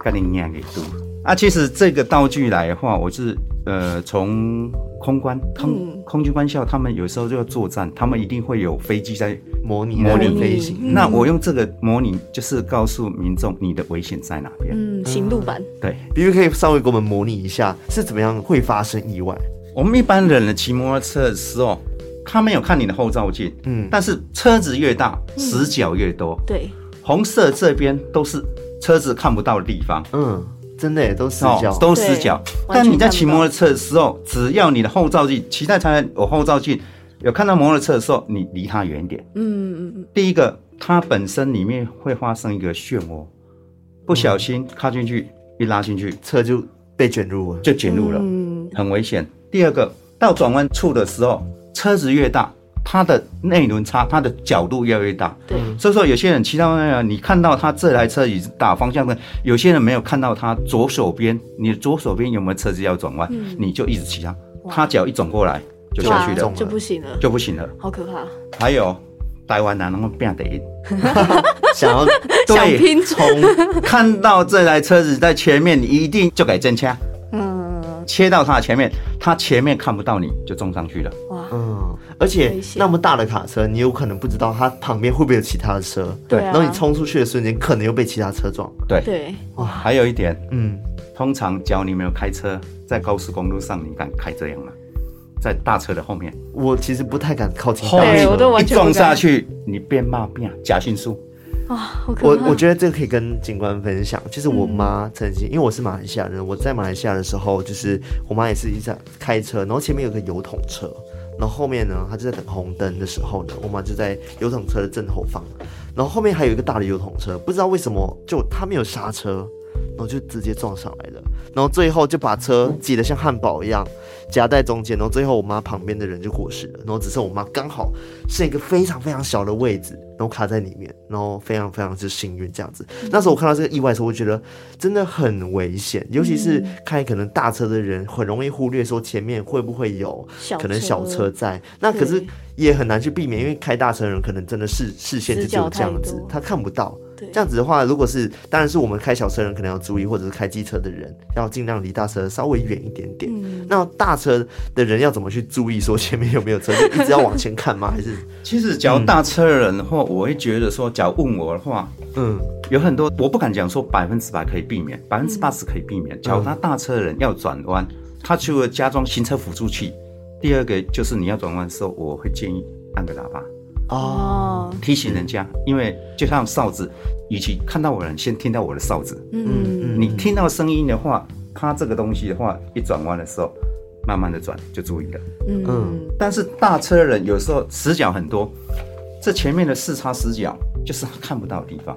[SPEAKER 4] 跟你念给读。啊，其实这个道具来的话，我是呃从空关空、
[SPEAKER 3] 嗯
[SPEAKER 4] 空军官校，他们有时候就要作战，他们一定会有飞机在。
[SPEAKER 2] 模拟
[SPEAKER 4] 模
[SPEAKER 3] 拟
[SPEAKER 2] 飞行，
[SPEAKER 3] 嗯
[SPEAKER 4] 那我用这个模拟，就是告诉民众你的危险在哪边。
[SPEAKER 3] 嗯，行路版，
[SPEAKER 4] 对，
[SPEAKER 2] 比如可以稍微给我们模拟一下是怎么样会发生意外。
[SPEAKER 4] 我们一般人的骑摩托车的时候，他没有看你的后照镜，
[SPEAKER 2] 嗯
[SPEAKER 4] 但是车子越大，死角越多。
[SPEAKER 3] 对，
[SPEAKER 4] 红色这边都是车子看不到的地方，哦
[SPEAKER 2] 嗯，真的也都死角，
[SPEAKER 3] 哦
[SPEAKER 4] 都死角。
[SPEAKER 3] 对
[SPEAKER 4] 但你
[SPEAKER 3] 完全看
[SPEAKER 4] 在
[SPEAKER 3] 不
[SPEAKER 4] 骑
[SPEAKER 3] 到
[SPEAKER 4] 摩托车的时候，只要你的后照镜，骑在它的有后照镜，有看到摩托车的时候，你离它远一点。
[SPEAKER 3] 嗯嗯嗯，
[SPEAKER 4] 第一个，它本身里面会发生一个漩涡，不小心靠进去，一拉进去
[SPEAKER 2] 车就被卷入
[SPEAKER 3] (laughs)
[SPEAKER 2] 了。
[SPEAKER 4] 就卷入了，
[SPEAKER 3] 嗯
[SPEAKER 4] 很危险。第二个，到转弯处的时候，车子越大，它的内轮差，它的角度越来越大。
[SPEAKER 3] 对，
[SPEAKER 4] 所以说，有些人骑到那个，你看到他这台车已经打方向灯，有些人没有看到他左手边，你的左手边有没有车子要转弯，
[SPEAKER 3] 嗯
[SPEAKER 4] 你就一直骑他，
[SPEAKER 3] 哇
[SPEAKER 4] 他脚一转过来就
[SPEAKER 3] 哇
[SPEAKER 4] 下去了，
[SPEAKER 3] 就不行了，
[SPEAKER 4] 就不行了。
[SPEAKER 3] 好可怕。
[SPEAKER 4] 还有台湾男人会变得赢，
[SPEAKER 2] 想要
[SPEAKER 3] (laughs) 想拼
[SPEAKER 4] 从看到这台车子在前面，你一定就给真切，啊
[SPEAKER 3] 嗯，
[SPEAKER 4] 切到他的前面，他前面看不到你就撞上去了。
[SPEAKER 3] 哇，
[SPEAKER 2] 嗯，而且
[SPEAKER 3] 危险
[SPEAKER 2] 那么大的卡车，你有可能不知道它旁边会不会有其他的车，
[SPEAKER 3] 对啊
[SPEAKER 2] 然后你冲出去的瞬间，可能又被其他车撞。
[SPEAKER 4] 对，
[SPEAKER 3] 对，哇，
[SPEAKER 4] 还有一点，
[SPEAKER 2] 嗯，
[SPEAKER 4] 通常只要你没有开车，在高速公路上，你敢开这样吗？在大车的后面。
[SPEAKER 2] 我其实不太敢靠近
[SPEAKER 4] 后
[SPEAKER 2] 大
[SPEAKER 3] 对
[SPEAKER 4] 面
[SPEAKER 3] 我都
[SPEAKER 2] 车。
[SPEAKER 3] 完
[SPEAKER 4] 一
[SPEAKER 3] 全不敢
[SPEAKER 4] 撞下去，你变骂变假迅速，
[SPEAKER 3] 哇，好可
[SPEAKER 2] 我
[SPEAKER 3] 怕。嗯
[SPEAKER 2] 我觉得这个可以跟警官分享。其实我妈曾经，因为我是马来西亚人，我在马来西亚的时候，就是我妈也是一直开车，然后前面有个油桶车，然后后面呢，她就在等红灯的时候呢，我妈就在油桶车的正后方，然后后面还有一个大的油桶车，不知道为什么就她没有刹车，然后就直接撞上来了，然后最后就把车挤得像汉堡一样夹在中间，然后最后我妈旁边的人就过世了，然后只剩我妈刚好剩一个非常非常小的位置，然后卡在里面，然后非常非常之幸运这样子。
[SPEAKER 3] 嗯
[SPEAKER 2] 那时候我看到这个意外的时候，我觉得真的很危险，尤其是开可能大车的人很容易忽略说前面会不会有
[SPEAKER 3] 小
[SPEAKER 2] 可能
[SPEAKER 3] 车
[SPEAKER 2] 小车在，那可是
[SPEAKER 3] 对
[SPEAKER 2] 也很难去避免，因为开大车的人可能真的视视线就只有这样
[SPEAKER 3] 死角
[SPEAKER 2] 子
[SPEAKER 3] 太多，
[SPEAKER 2] 他看不到。
[SPEAKER 3] 对
[SPEAKER 2] 这样子的话，如果是当然是我们开小车人可能要注意，或者是开机车的人要尽量离大车稍微远一点点。
[SPEAKER 3] 嗯，
[SPEAKER 2] 那大车的人要怎么去注意说前面有没有车？就一直要往前看吗？还是
[SPEAKER 4] 其实，假如大车的人的话，我会觉得说，假如问我的话，
[SPEAKER 2] 嗯
[SPEAKER 4] 有很多我不敢讲说百分之百可以避免，百分之八十可以避免。假如他大车的人要转弯，他除了加装行车辅助器，第二个就是你要转弯的时候，我会建议按个喇叭
[SPEAKER 2] 哦，
[SPEAKER 3] 哦，
[SPEAKER 4] 提醒人家，因为就像哨子，与其看到我人，先听到我的哨子。
[SPEAKER 3] 嗯，
[SPEAKER 4] 你听到声音的话，它这个东西的话，一转弯的时候，慢慢的转就注意了。
[SPEAKER 3] 嗯嗯
[SPEAKER 2] 嗯
[SPEAKER 4] 但是大车人有时候死角很多，这前面的视差死角就是他看不到的地方。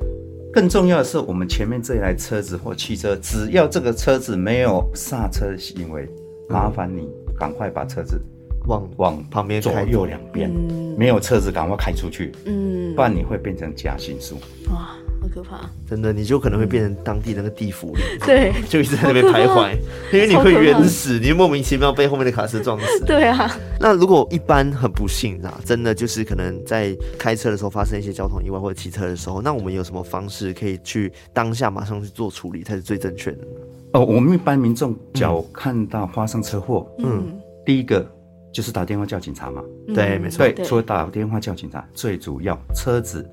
[SPEAKER 4] 更重要的是，我们前面这一台车子或汽车，只要这个车子没有刹车的行为，麻烦你赶快把车子
[SPEAKER 2] 往
[SPEAKER 4] 往
[SPEAKER 2] 旁边
[SPEAKER 4] 左
[SPEAKER 2] 开
[SPEAKER 4] 右两边，没有车子赶快开出去，
[SPEAKER 3] 嗯，
[SPEAKER 4] 不然你会变成假性速。
[SPEAKER 3] 哇，好可怕。
[SPEAKER 2] 真的你就可能会变成当地那个地府
[SPEAKER 4] (laughs)
[SPEAKER 2] 里，
[SPEAKER 3] (laughs) 对， (laughs)
[SPEAKER 2] 就一直在那边徘徊，因为你会冤死，你莫名其妙被后面的卡车撞死。
[SPEAKER 3] 对啊，
[SPEAKER 2] 那如果一般很不幸啦，真的就是可能在开车的时候发生一些交通意外或者骑车的时候，那我们有什么方式可以去当下马上去做处理才是最正确的呢？
[SPEAKER 4] 哦，我们一般民众脚看到发生车祸，
[SPEAKER 3] 嗯，
[SPEAKER 4] 第一个就是打电话叫警察嘛。
[SPEAKER 2] 对没错
[SPEAKER 4] 对，除了打电话叫警察，最主要车子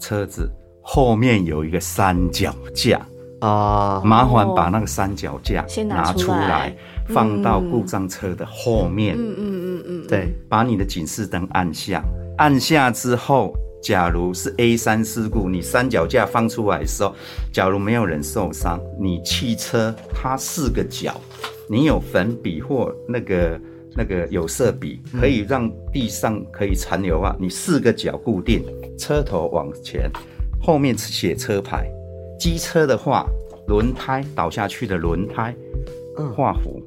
[SPEAKER 4] 车子后面有一个三脚架，
[SPEAKER 2] 啊，
[SPEAKER 4] 麻烦把那个三脚架
[SPEAKER 3] 先拿
[SPEAKER 4] 拿
[SPEAKER 3] 出
[SPEAKER 4] 出
[SPEAKER 3] 来
[SPEAKER 4] 来，放到故障车的后面，
[SPEAKER 3] 嗯嗯嗯嗯，
[SPEAKER 2] 对，
[SPEAKER 4] 把你的警示灯按下，按下之后。假如是 A 三事故，你三脚架放出来的时候，假如没有人受伤，你汽车它四个角，你有粉笔或那个那个有色笔，可以让地上可以残留啊，你四个角固定，车头往前，后面写车牌。机车的话，轮胎倒下去的轮胎，
[SPEAKER 2] 嗯
[SPEAKER 4] 画符，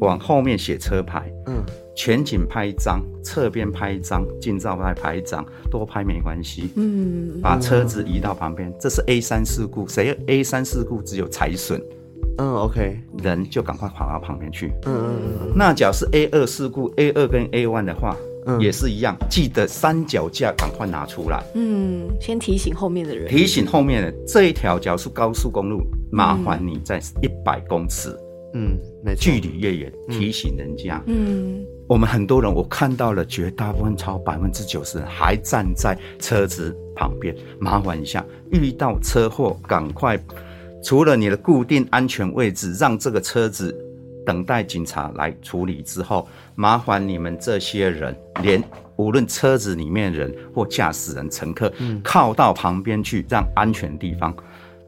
[SPEAKER 4] 往后面写车牌。
[SPEAKER 2] 嗯
[SPEAKER 4] 全景拍一张，侧边拍一张，近照拍拍一张，多拍没关系。
[SPEAKER 3] 嗯，
[SPEAKER 4] 把车子移到旁边，这是 A 三事故。谁 A 三事故只有财损，
[SPEAKER 2] 嗯，OK，
[SPEAKER 4] 人就赶快跑到旁边去。
[SPEAKER 2] 嗯嗯嗯
[SPEAKER 4] 那假如是 A 二事故，A 二跟 A one 的话，
[SPEAKER 2] 嗯
[SPEAKER 4] 也是一样，记得三脚架赶快拿出来，
[SPEAKER 3] 嗯，先提醒后面的人，
[SPEAKER 4] 提醒后面的这一条，假如是高速公路，麻烦你在一百公尺、
[SPEAKER 2] 嗯，没错
[SPEAKER 4] 距，离越远，提醒人家。
[SPEAKER 3] 嗯，
[SPEAKER 4] 我们很多人，我看到了绝大部分超百分之九十人还站在车子旁边，麻烦一下，遇到车祸赶快，除了你的固定安全位置，让这个车子等待警察来处理之后，麻烦你们这些人，连无论车子里面人或驾驶人、乘客，靠到旁边去，让安全地方。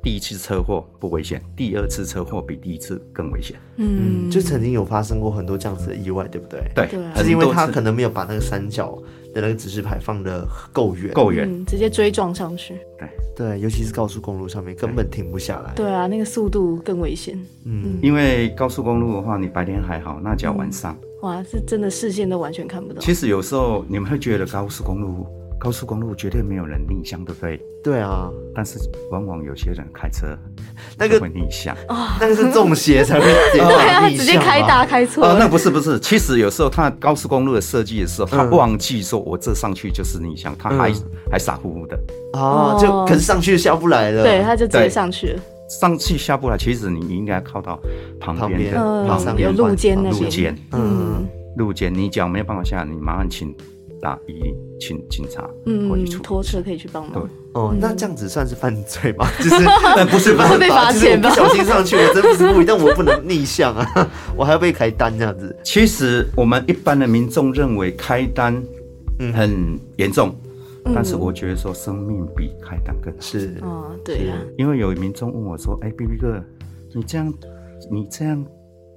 [SPEAKER 4] 第一次车祸不危险，第二次车祸比第一次更危险。
[SPEAKER 3] 嗯，
[SPEAKER 2] 就曾经有发生过很多这样子的意外，对不对？
[SPEAKER 4] 对
[SPEAKER 3] 对啊，
[SPEAKER 2] 是因为他
[SPEAKER 4] 很多次
[SPEAKER 2] 可能没有把那个三角的那个指示牌放的够远，
[SPEAKER 4] 够远，
[SPEAKER 3] 嗯，直接追撞上去。
[SPEAKER 2] 对，尤其是高速公路上面根本停不下来。
[SPEAKER 3] 对啊，那个速度更危险。
[SPEAKER 4] 因为高速公路的话，你白天还好，那只要晚上，
[SPEAKER 2] 嗯
[SPEAKER 3] 哇，是真的视线都完全看不到。
[SPEAKER 4] 其实有时候你们会觉得高速公路，高速公路绝对没有人逆向，对不对？
[SPEAKER 2] 对啊，
[SPEAKER 4] 但是往往有些人开车
[SPEAKER 2] 那个哦
[SPEAKER 4] 会逆向。
[SPEAKER 2] 那个是中邪才会直接
[SPEAKER 3] (laughs) 对啊，
[SPEAKER 2] 打逆
[SPEAKER 3] 直接
[SPEAKER 2] 向吧
[SPEAKER 3] 开大开错
[SPEAKER 4] 哦，那
[SPEAKER 3] 了。
[SPEAKER 4] 不是不是，其实有时候他高速公路的设计的时候，他
[SPEAKER 2] 嗯
[SPEAKER 4] 忘记说我这上去就是逆向，他还、
[SPEAKER 2] 嗯
[SPEAKER 4] 还傻乎乎的
[SPEAKER 2] 啊，
[SPEAKER 3] 哦
[SPEAKER 2] 就可是上去下不来了。
[SPEAKER 3] 对，他就直接
[SPEAKER 4] 对
[SPEAKER 3] 上去了。
[SPEAKER 4] 上去下不来。其实你应该靠到旁
[SPEAKER 2] 旁
[SPEAKER 4] 边
[SPEAKER 2] 边
[SPEAKER 4] 的
[SPEAKER 2] 马上
[SPEAKER 3] 嗯，
[SPEAKER 2] 要
[SPEAKER 3] 有路肩那
[SPEAKER 4] 路
[SPEAKER 3] 边。
[SPEAKER 4] 肩，
[SPEAKER 2] 嗯，
[SPEAKER 4] 路肩你脚没有办法下，你麻烦请打一请警察过去
[SPEAKER 3] 嗯
[SPEAKER 4] 处，理。
[SPEAKER 3] 拖车可以去帮忙
[SPEAKER 4] 对。
[SPEAKER 2] 哦，那这样子算是犯罪
[SPEAKER 3] (laughs)
[SPEAKER 2] 吗？就是
[SPEAKER 4] 但不是不
[SPEAKER 3] 会
[SPEAKER 4] 是，
[SPEAKER 3] 被罚
[SPEAKER 2] 就是
[SPEAKER 3] 钱吧
[SPEAKER 2] 我不小心上去，我真不是故意，但我不能逆向啊，我还要被开单这样子。
[SPEAKER 4] 其实我们一般的民众认为开单很严重，但是我觉得说生命比开单更好。
[SPEAKER 2] 是，
[SPEAKER 3] 哦，对啊，
[SPEAKER 4] 因为有民众问我说：“哎，B B 哥，你这样，你这样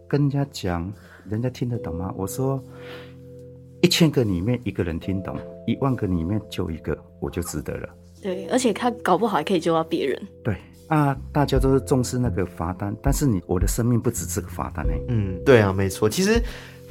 [SPEAKER 4] 跟人家讲，人家听得懂吗？”我说：“一千个里面一个人听懂，一万个里面就一个，我就值得了。
[SPEAKER 3] 对，而且他搞不好还可以救到别人。”
[SPEAKER 4] 对啊，大家都是重视那个罚单，但是你我的生命不止这个罚单呢、
[SPEAKER 2] 嗯，对啊，没错。其实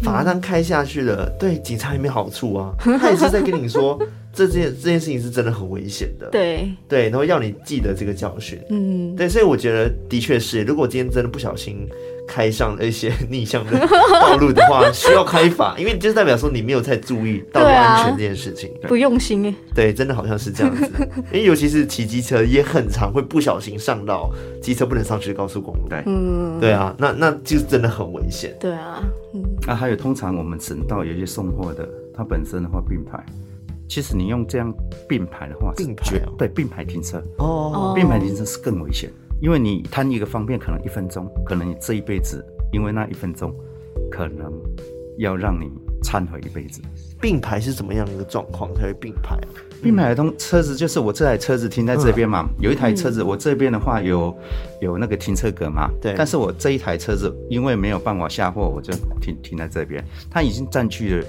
[SPEAKER 2] 罚
[SPEAKER 3] 嗯
[SPEAKER 2] 单开下去了，对警察也没好处啊，他也是在跟你说 (laughs) 这件这件事情是真的很危险的。
[SPEAKER 3] 对，
[SPEAKER 2] 对，然后要你记得这个教训。
[SPEAKER 3] 嗯，
[SPEAKER 2] 对，所以我觉得的确是，如果今天真的不小心开上了一些 (laughs) 逆向的道路的话，需要开罚，因为就是代表说你没有太注意道路
[SPEAKER 3] 对啊
[SPEAKER 2] 安全这件事情。
[SPEAKER 3] 不用心哎。
[SPEAKER 2] 对，真的好像是这样子。因为尤其是骑机车，也很常会不小心上到机车不能上去的高速公路。
[SPEAKER 4] 对
[SPEAKER 3] 嗯，
[SPEAKER 2] 对啊，那那就真的很危险。
[SPEAKER 3] 对啊，嗯，
[SPEAKER 4] 啊，还有通常我们省道有一些送货的，它本身的话并排，其实你用这样并排的话是
[SPEAKER 2] 并排
[SPEAKER 4] 绝，
[SPEAKER 2] 哦
[SPEAKER 4] 对并排停车，
[SPEAKER 2] 哦，
[SPEAKER 3] 哦
[SPEAKER 4] 并排停车是更危险，因为你贪一个方便，可能一分钟，可能你这一辈子因为那一分钟，可能要让你忏悔一辈子。
[SPEAKER 2] 并排是怎么样的一个状况才会并排啊？
[SPEAKER 4] 并排的通车子就是我这台车子停在这边嘛，
[SPEAKER 2] 嗯
[SPEAKER 4] 有一台车子我这边的话有有那个停车格嘛，
[SPEAKER 2] 对
[SPEAKER 4] 但是我这一台车子因为没有办法下货，我就停停在这边，它已经占据了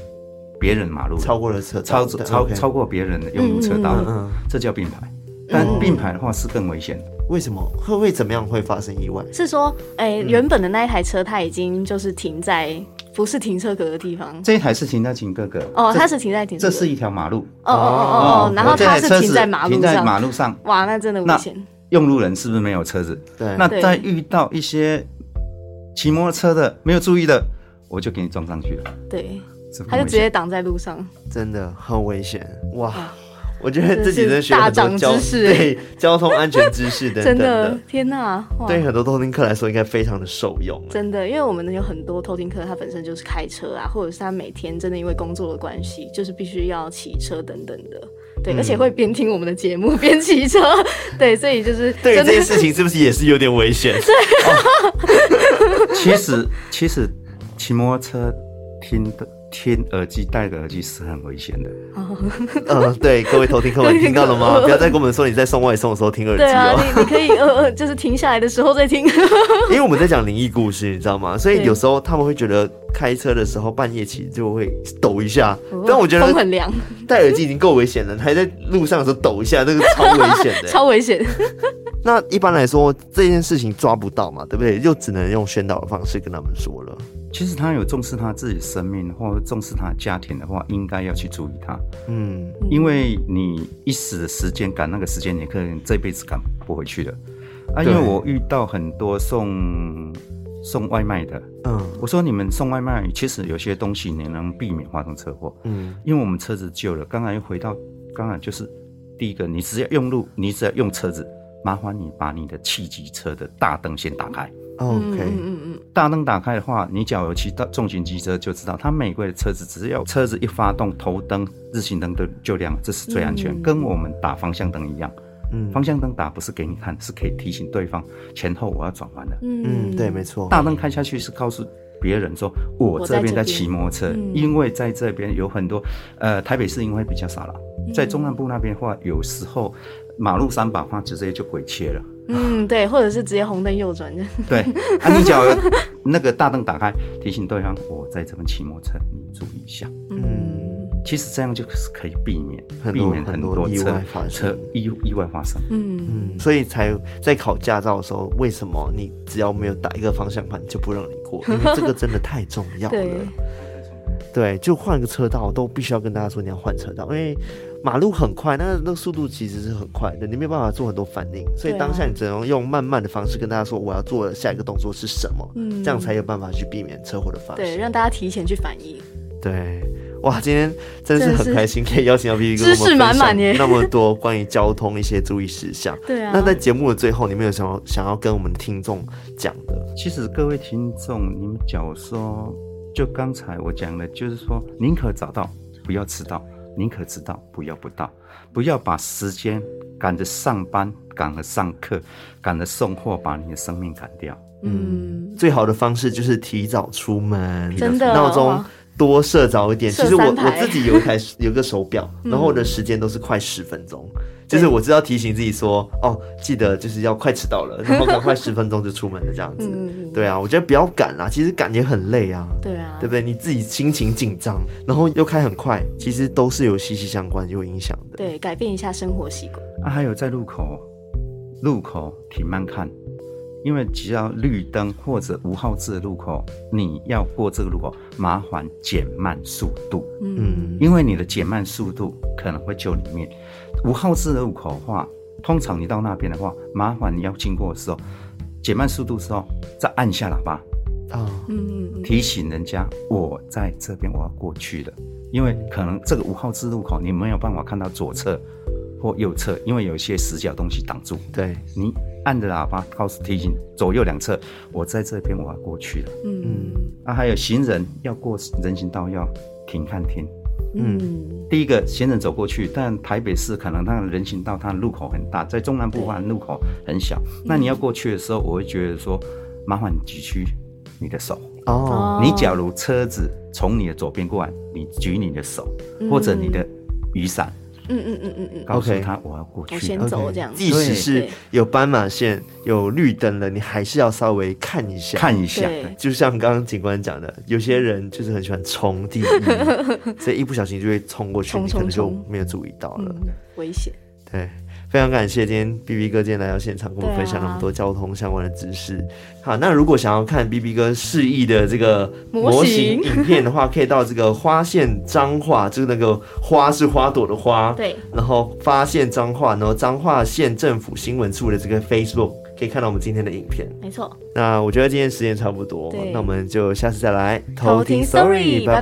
[SPEAKER 4] 别人马路了，
[SPEAKER 2] 超过了车道
[SPEAKER 4] 超
[SPEAKER 2] 对
[SPEAKER 4] 超
[SPEAKER 2] OK
[SPEAKER 4] 超过别人的用路车道
[SPEAKER 2] 嗯
[SPEAKER 3] 嗯
[SPEAKER 2] 嗯
[SPEAKER 4] 了，这叫并排。但并排的话是更危险的，
[SPEAKER 2] 为什么会会怎么样会发生意外？
[SPEAKER 3] 是说，哎，原本的那一台车它已经就是停在不是停车格的地方。
[SPEAKER 4] 这一台是停在秦哥哥，
[SPEAKER 3] 哦，
[SPEAKER 4] 这
[SPEAKER 3] 它是停在停车
[SPEAKER 4] 这
[SPEAKER 3] 格。
[SPEAKER 4] 是一条马路，
[SPEAKER 3] 哦哦哦哦，然后
[SPEAKER 4] 这
[SPEAKER 3] 它
[SPEAKER 4] 台
[SPEAKER 3] 是
[SPEAKER 4] 车
[SPEAKER 3] 停
[SPEAKER 4] 子
[SPEAKER 3] 在马路
[SPEAKER 4] 停在
[SPEAKER 3] 上。
[SPEAKER 4] 马路上，
[SPEAKER 3] 哇，那真的危
[SPEAKER 4] 那
[SPEAKER 3] 险。
[SPEAKER 4] 用路人是不是没有车子？
[SPEAKER 2] 对
[SPEAKER 4] 那
[SPEAKER 3] 对
[SPEAKER 4] 在遇到一些骑摩托车的没有注意的，我就给你撞上去了，
[SPEAKER 3] 对，
[SPEAKER 4] 是不是
[SPEAKER 3] 他就
[SPEAKER 4] 很
[SPEAKER 3] 直
[SPEAKER 4] 危
[SPEAKER 3] 接
[SPEAKER 4] 险
[SPEAKER 3] 挡在路上。
[SPEAKER 2] 真的很危险哇
[SPEAKER 3] 哇！
[SPEAKER 2] 我觉得自己真的学了很
[SPEAKER 3] 这是大
[SPEAKER 2] 多
[SPEAKER 3] 长
[SPEAKER 2] 交
[SPEAKER 3] 知识
[SPEAKER 2] 对交通安全知识等
[SPEAKER 3] (laughs) 真
[SPEAKER 2] 等
[SPEAKER 3] 的
[SPEAKER 2] 的，，
[SPEAKER 3] 天哪！哇，
[SPEAKER 2] 对很多偷听客来说应该非常的受用。啊
[SPEAKER 3] 真的，因为我们有很多偷听客，他本身就是开车啊，或者是他每天真的因为工作的关系，就是必须要骑车等等的。对，而且会边听我们的节目 (laughs) 边骑车。对，所以就是
[SPEAKER 2] 对于
[SPEAKER 3] 真
[SPEAKER 2] 这
[SPEAKER 3] 的
[SPEAKER 2] 件事情是不是也是有点危
[SPEAKER 3] (laughs)
[SPEAKER 2] 险？
[SPEAKER 4] 其实 (laughs) 其实骑摩托车听的听耳机戴个耳机是很危险的，
[SPEAKER 2] 嗯，对，各位偷听客们听到了吗？不要再跟我们说你在送外送的时候听耳机
[SPEAKER 3] 对啊，
[SPEAKER 2] 哦，
[SPEAKER 3] 你你可以呃呃，就是停下来的时候再听。
[SPEAKER 2] (laughs) 因为我们在讲灵异故事，你知道吗？所以
[SPEAKER 3] 对
[SPEAKER 2] 有时候他们会觉得开车的时候半夜骑就会抖一下，
[SPEAKER 3] 哦
[SPEAKER 2] 但我觉
[SPEAKER 3] 风很
[SPEAKER 2] 得
[SPEAKER 3] 凉，
[SPEAKER 2] 戴耳机已经够危险了，还在路上的时候抖一下，那个超危险的。
[SPEAKER 3] 超危险。
[SPEAKER 2] 那一般来说，这件事情抓不到嘛，对不对？就只能用宣导的方式跟他们说了。
[SPEAKER 4] 其实他有重视他自己生命或者重视他家庭的话，应该要去注意他，
[SPEAKER 2] 嗯，
[SPEAKER 4] 因为你一时的时间赶那个时间，你可能这辈子赶不回去的。啊，因
[SPEAKER 2] 对
[SPEAKER 4] 为我遇到很多送送外卖的，
[SPEAKER 2] 嗯
[SPEAKER 4] 我说你们送外卖，其实有些东西你能避免发生车祸，
[SPEAKER 2] 嗯，
[SPEAKER 4] 因为我们车子旧了。刚才又回到，刚才就是第一个，你只要用路，你只要用车子，麻烦你把你的汽机车的大灯先打开。
[SPEAKER 2] 哦，OK，
[SPEAKER 3] 嗯嗯
[SPEAKER 4] 大灯打开的话，你假如骑到重型机车就知道，它每个车子只要车子一发动，头灯、日行灯都就亮了，这是最安全，
[SPEAKER 3] 嗯
[SPEAKER 4] 跟我们打方向灯一样。
[SPEAKER 2] 嗯
[SPEAKER 4] 方向灯打不是给你看，是可以提醒对方前后我要转弯了。
[SPEAKER 3] 嗯
[SPEAKER 2] 嗯，对，没错。
[SPEAKER 4] 大灯开下去是告诉别人说我这边在骑摩托车，
[SPEAKER 3] 嗯
[SPEAKER 4] 因为在这边有很多，呃，台北市因为比较少了，在中南部那边的话，有时候马路三把话直接就鬼切了。
[SPEAKER 3] 嗯，对，或者是直接红灯右转这样。
[SPEAKER 4] (laughs) 对，啊，你只要那个大灯打开，提醒对方我在这边骑摩托车，你注意一下。
[SPEAKER 3] 嗯
[SPEAKER 4] 其实这样就是可以避免
[SPEAKER 2] 很
[SPEAKER 4] 避
[SPEAKER 2] 多
[SPEAKER 4] 免
[SPEAKER 2] 很
[SPEAKER 4] 很
[SPEAKER 2] 多
[SPEAKER 4] 多
[SPEAKER 2] 意
[SPEAKER 4] 车
[SPEAKER 2] 外发生
[SPEAKER 4] 车意意外发生。
[SPEAKER 3] 嗯，
[SPEAKER 2] 嗯，所以才在考驾照的时候，为什么你只要没有打一个方向盘就不让你 (laughs) 过？因为这个真的太重要了。
[SPEAKER 3] 对，
[SPEAKER 2] 对，就换个车道都必须要跟大家说你要换车道，因为马路很快，那那个速度其实是很快的，你没有办法做很多反应，所以
[SPEAKER 3] 对啊
[SPEAKER 2] 当下你只能用慢慢的方式跟大家说我要做的下一个动作是什么，
[SPEAKER 3] 嗯
[SPEAKER 2] 这样才有办法去避免车祸的发
[SPEAKER 3] 对，
[SPEAKER 2] 生。
[SPEAKER 3] 让大家提前去反应。
[SPEAKER 2] 对，哇，今天真是
[SPEAKER 3] 真的
[SPEAKER 2] 很
[SPEAKER 3] 是
[SPEAKER 2] 开心，可以邀请到 P P 跟
[SPEAKER 3] 知识
[SPEAKER 2] 我们
[SPEAKER 3] 满
[SPEAKER 2] 分
[SPEAKER 3] 满
[SPEAKER 2] 享
[SPEAKER 3] 耶
[SPEAKER 2] 那么多关于交通一些注意事项。
[SPEAKER 3] 对啊
[SPEAKER 2] 那在节目的最后，你们有想要想要跟我们听众讲的？
[SPEAKER 4] 其实各位听众，你们假如说，就刚才我讲的，就是说，宁可早到，不要迟到；宁可迟到，不要不到。不要把时间赶着上班，赶着上课，赶着送货，把你的生命砍掉。
[SPEAKER 3] 嗯，
[SPEAKER 2] 最好的方式就是提早出门，
[SPEAKER 3] 真的
[SPEAKER 2] 闹钟
[SPEAKER 3] 哇
[SPEAKER 2] 多设早一点。其
[SPEAKER 3] 设
[SPEAKER 2] 实我
[SPEAKER 3] 三嗯
[SPEAKER 2] 我
[SPEAKER 3] 排
[SPEAKER 2] 自己有一台 (laughs) 有个手表，然后我的时间都是快十分钟。就是我知道提醒自己说，哦，记得就是要快迟到了，然后赶快十分钟就出门了这样子。
[SPEAKER 3] (laughs) 嗯
[SPEAKER 2] 对啊，我觉得不要赶啦，其实赶也很累啊。
[SPEAKER 3] 对啊，
[SPEAKER 2] 对不对？你自己心情紧张，然后又开很快，其实都是有息息相关，有影响的。
[SPEAKER 3] 对，改变一下生活习惯。
[SPEAKER 4] 啊，还有在路口，路口停慢看，因为只要绿灯或者无号志的路口，你要过这个路口，麻烦减慢速度。
[SPEAKER 2] 嗯，
[SPEAKER 4] 因为你的减慢速度可能会救你命。无号志入口的话，通常你到那边的话，麻烦你要经过的时候，减慢速度的时候再按下喇叭，
[SPEAKER 2] 啊，
[SPEAKER 3] 嗯嗯
[SPEAKER 4] 提醒人家我在这边，我要过去了。因为可能这个无号志入口你没有办法看到左侧或右侧，因为有一些死角东西挡住。
[SPEAKER 2] 对，
[SPEAKER 4] 你按着喇叭告诉提醒左右两侧，我在这边，我要过去了。
[SPEAKER 3] 嗯
[SPEAKER 4] 啊，还有行人要过人行道要停看停。
[SPEAKER 3] 嗯
[SPEAKER 4] 第一个行人走过去，但台北市可能它的人行道它的路口很大，在中南部它的路口很小。那你要过去的时候，我会觉得说，麻烦你举起你的手。
[SPEAKER 2] 哦，
[SPEAKER 3] 哦
[SPEAKER 4] 你假如车子从你的左边过来，你举你的手，或者你的雨伞，
[SPEAKER 3] 嗯嗯嗯嗯嗯，
[SPEAKER 4] 告诉
[SPEAKER 2] OK
[SPEAKER 4] 他我要过
[SPEAKER 3] 我
[SPEAKER 4] 去。
[SPEAKER 3] 先走这样子。
[SPEAKER 2] 即使是
[SPEAKER 3] 对
[SPEAKER 2] 有斑马线、有绿灯了，你还是要稍微看一下。，
[SPEAKER 4] 看一下，
[SPEAKER 3] 对
[SPEAKER 2] 就像刚刚警官讲的，有些人就是很喜欢冲第
[SPEAKER 3] (laughs)
[SPEAKER 2] 一，所以一不小心就会冲过去，
[SPEAKER 3] 冲
[SPEAKER 2] 你可能就
[SPEAKER 3] 冲冲
[SPEAKER 2] 没有注意到了。
[SPEAKER 3] 嗯，危险。
[SPEAKER 2] 对，非常感谢今天 B B 哥今天来到现场，跟我们
[SPEAKER 3] 对啊
[SPEAKER 2] 分享那么多交通相关的知识。好，那如果想要看 B B 哥示意的这个模
[SPEAKER 3] 模
[SPEAKER 2] 型
[SPEAKER 3] 型
[SPEAKER 2] 影片的话，可以到这个花县彰化，就是那个花是花朵的花，
[SPEAKER 3] 对，
[SPEAKER 2] 然后发现彰化，然后彰化县政府新闻处的这个 Facebook 可以看到我们今天的影片。
[SPEAKER 3] 没错，
[SPEAKER 2] 那我觉得今天时间差不多
[SPEAKER 3] 对，
[SPEAKER 2] 那我们就下次再来
[SPEAKER 3] 偷听 story，拜拜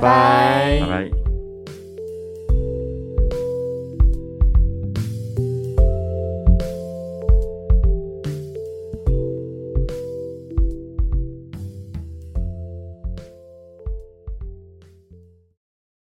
[SPEAKER 4] 拜拜。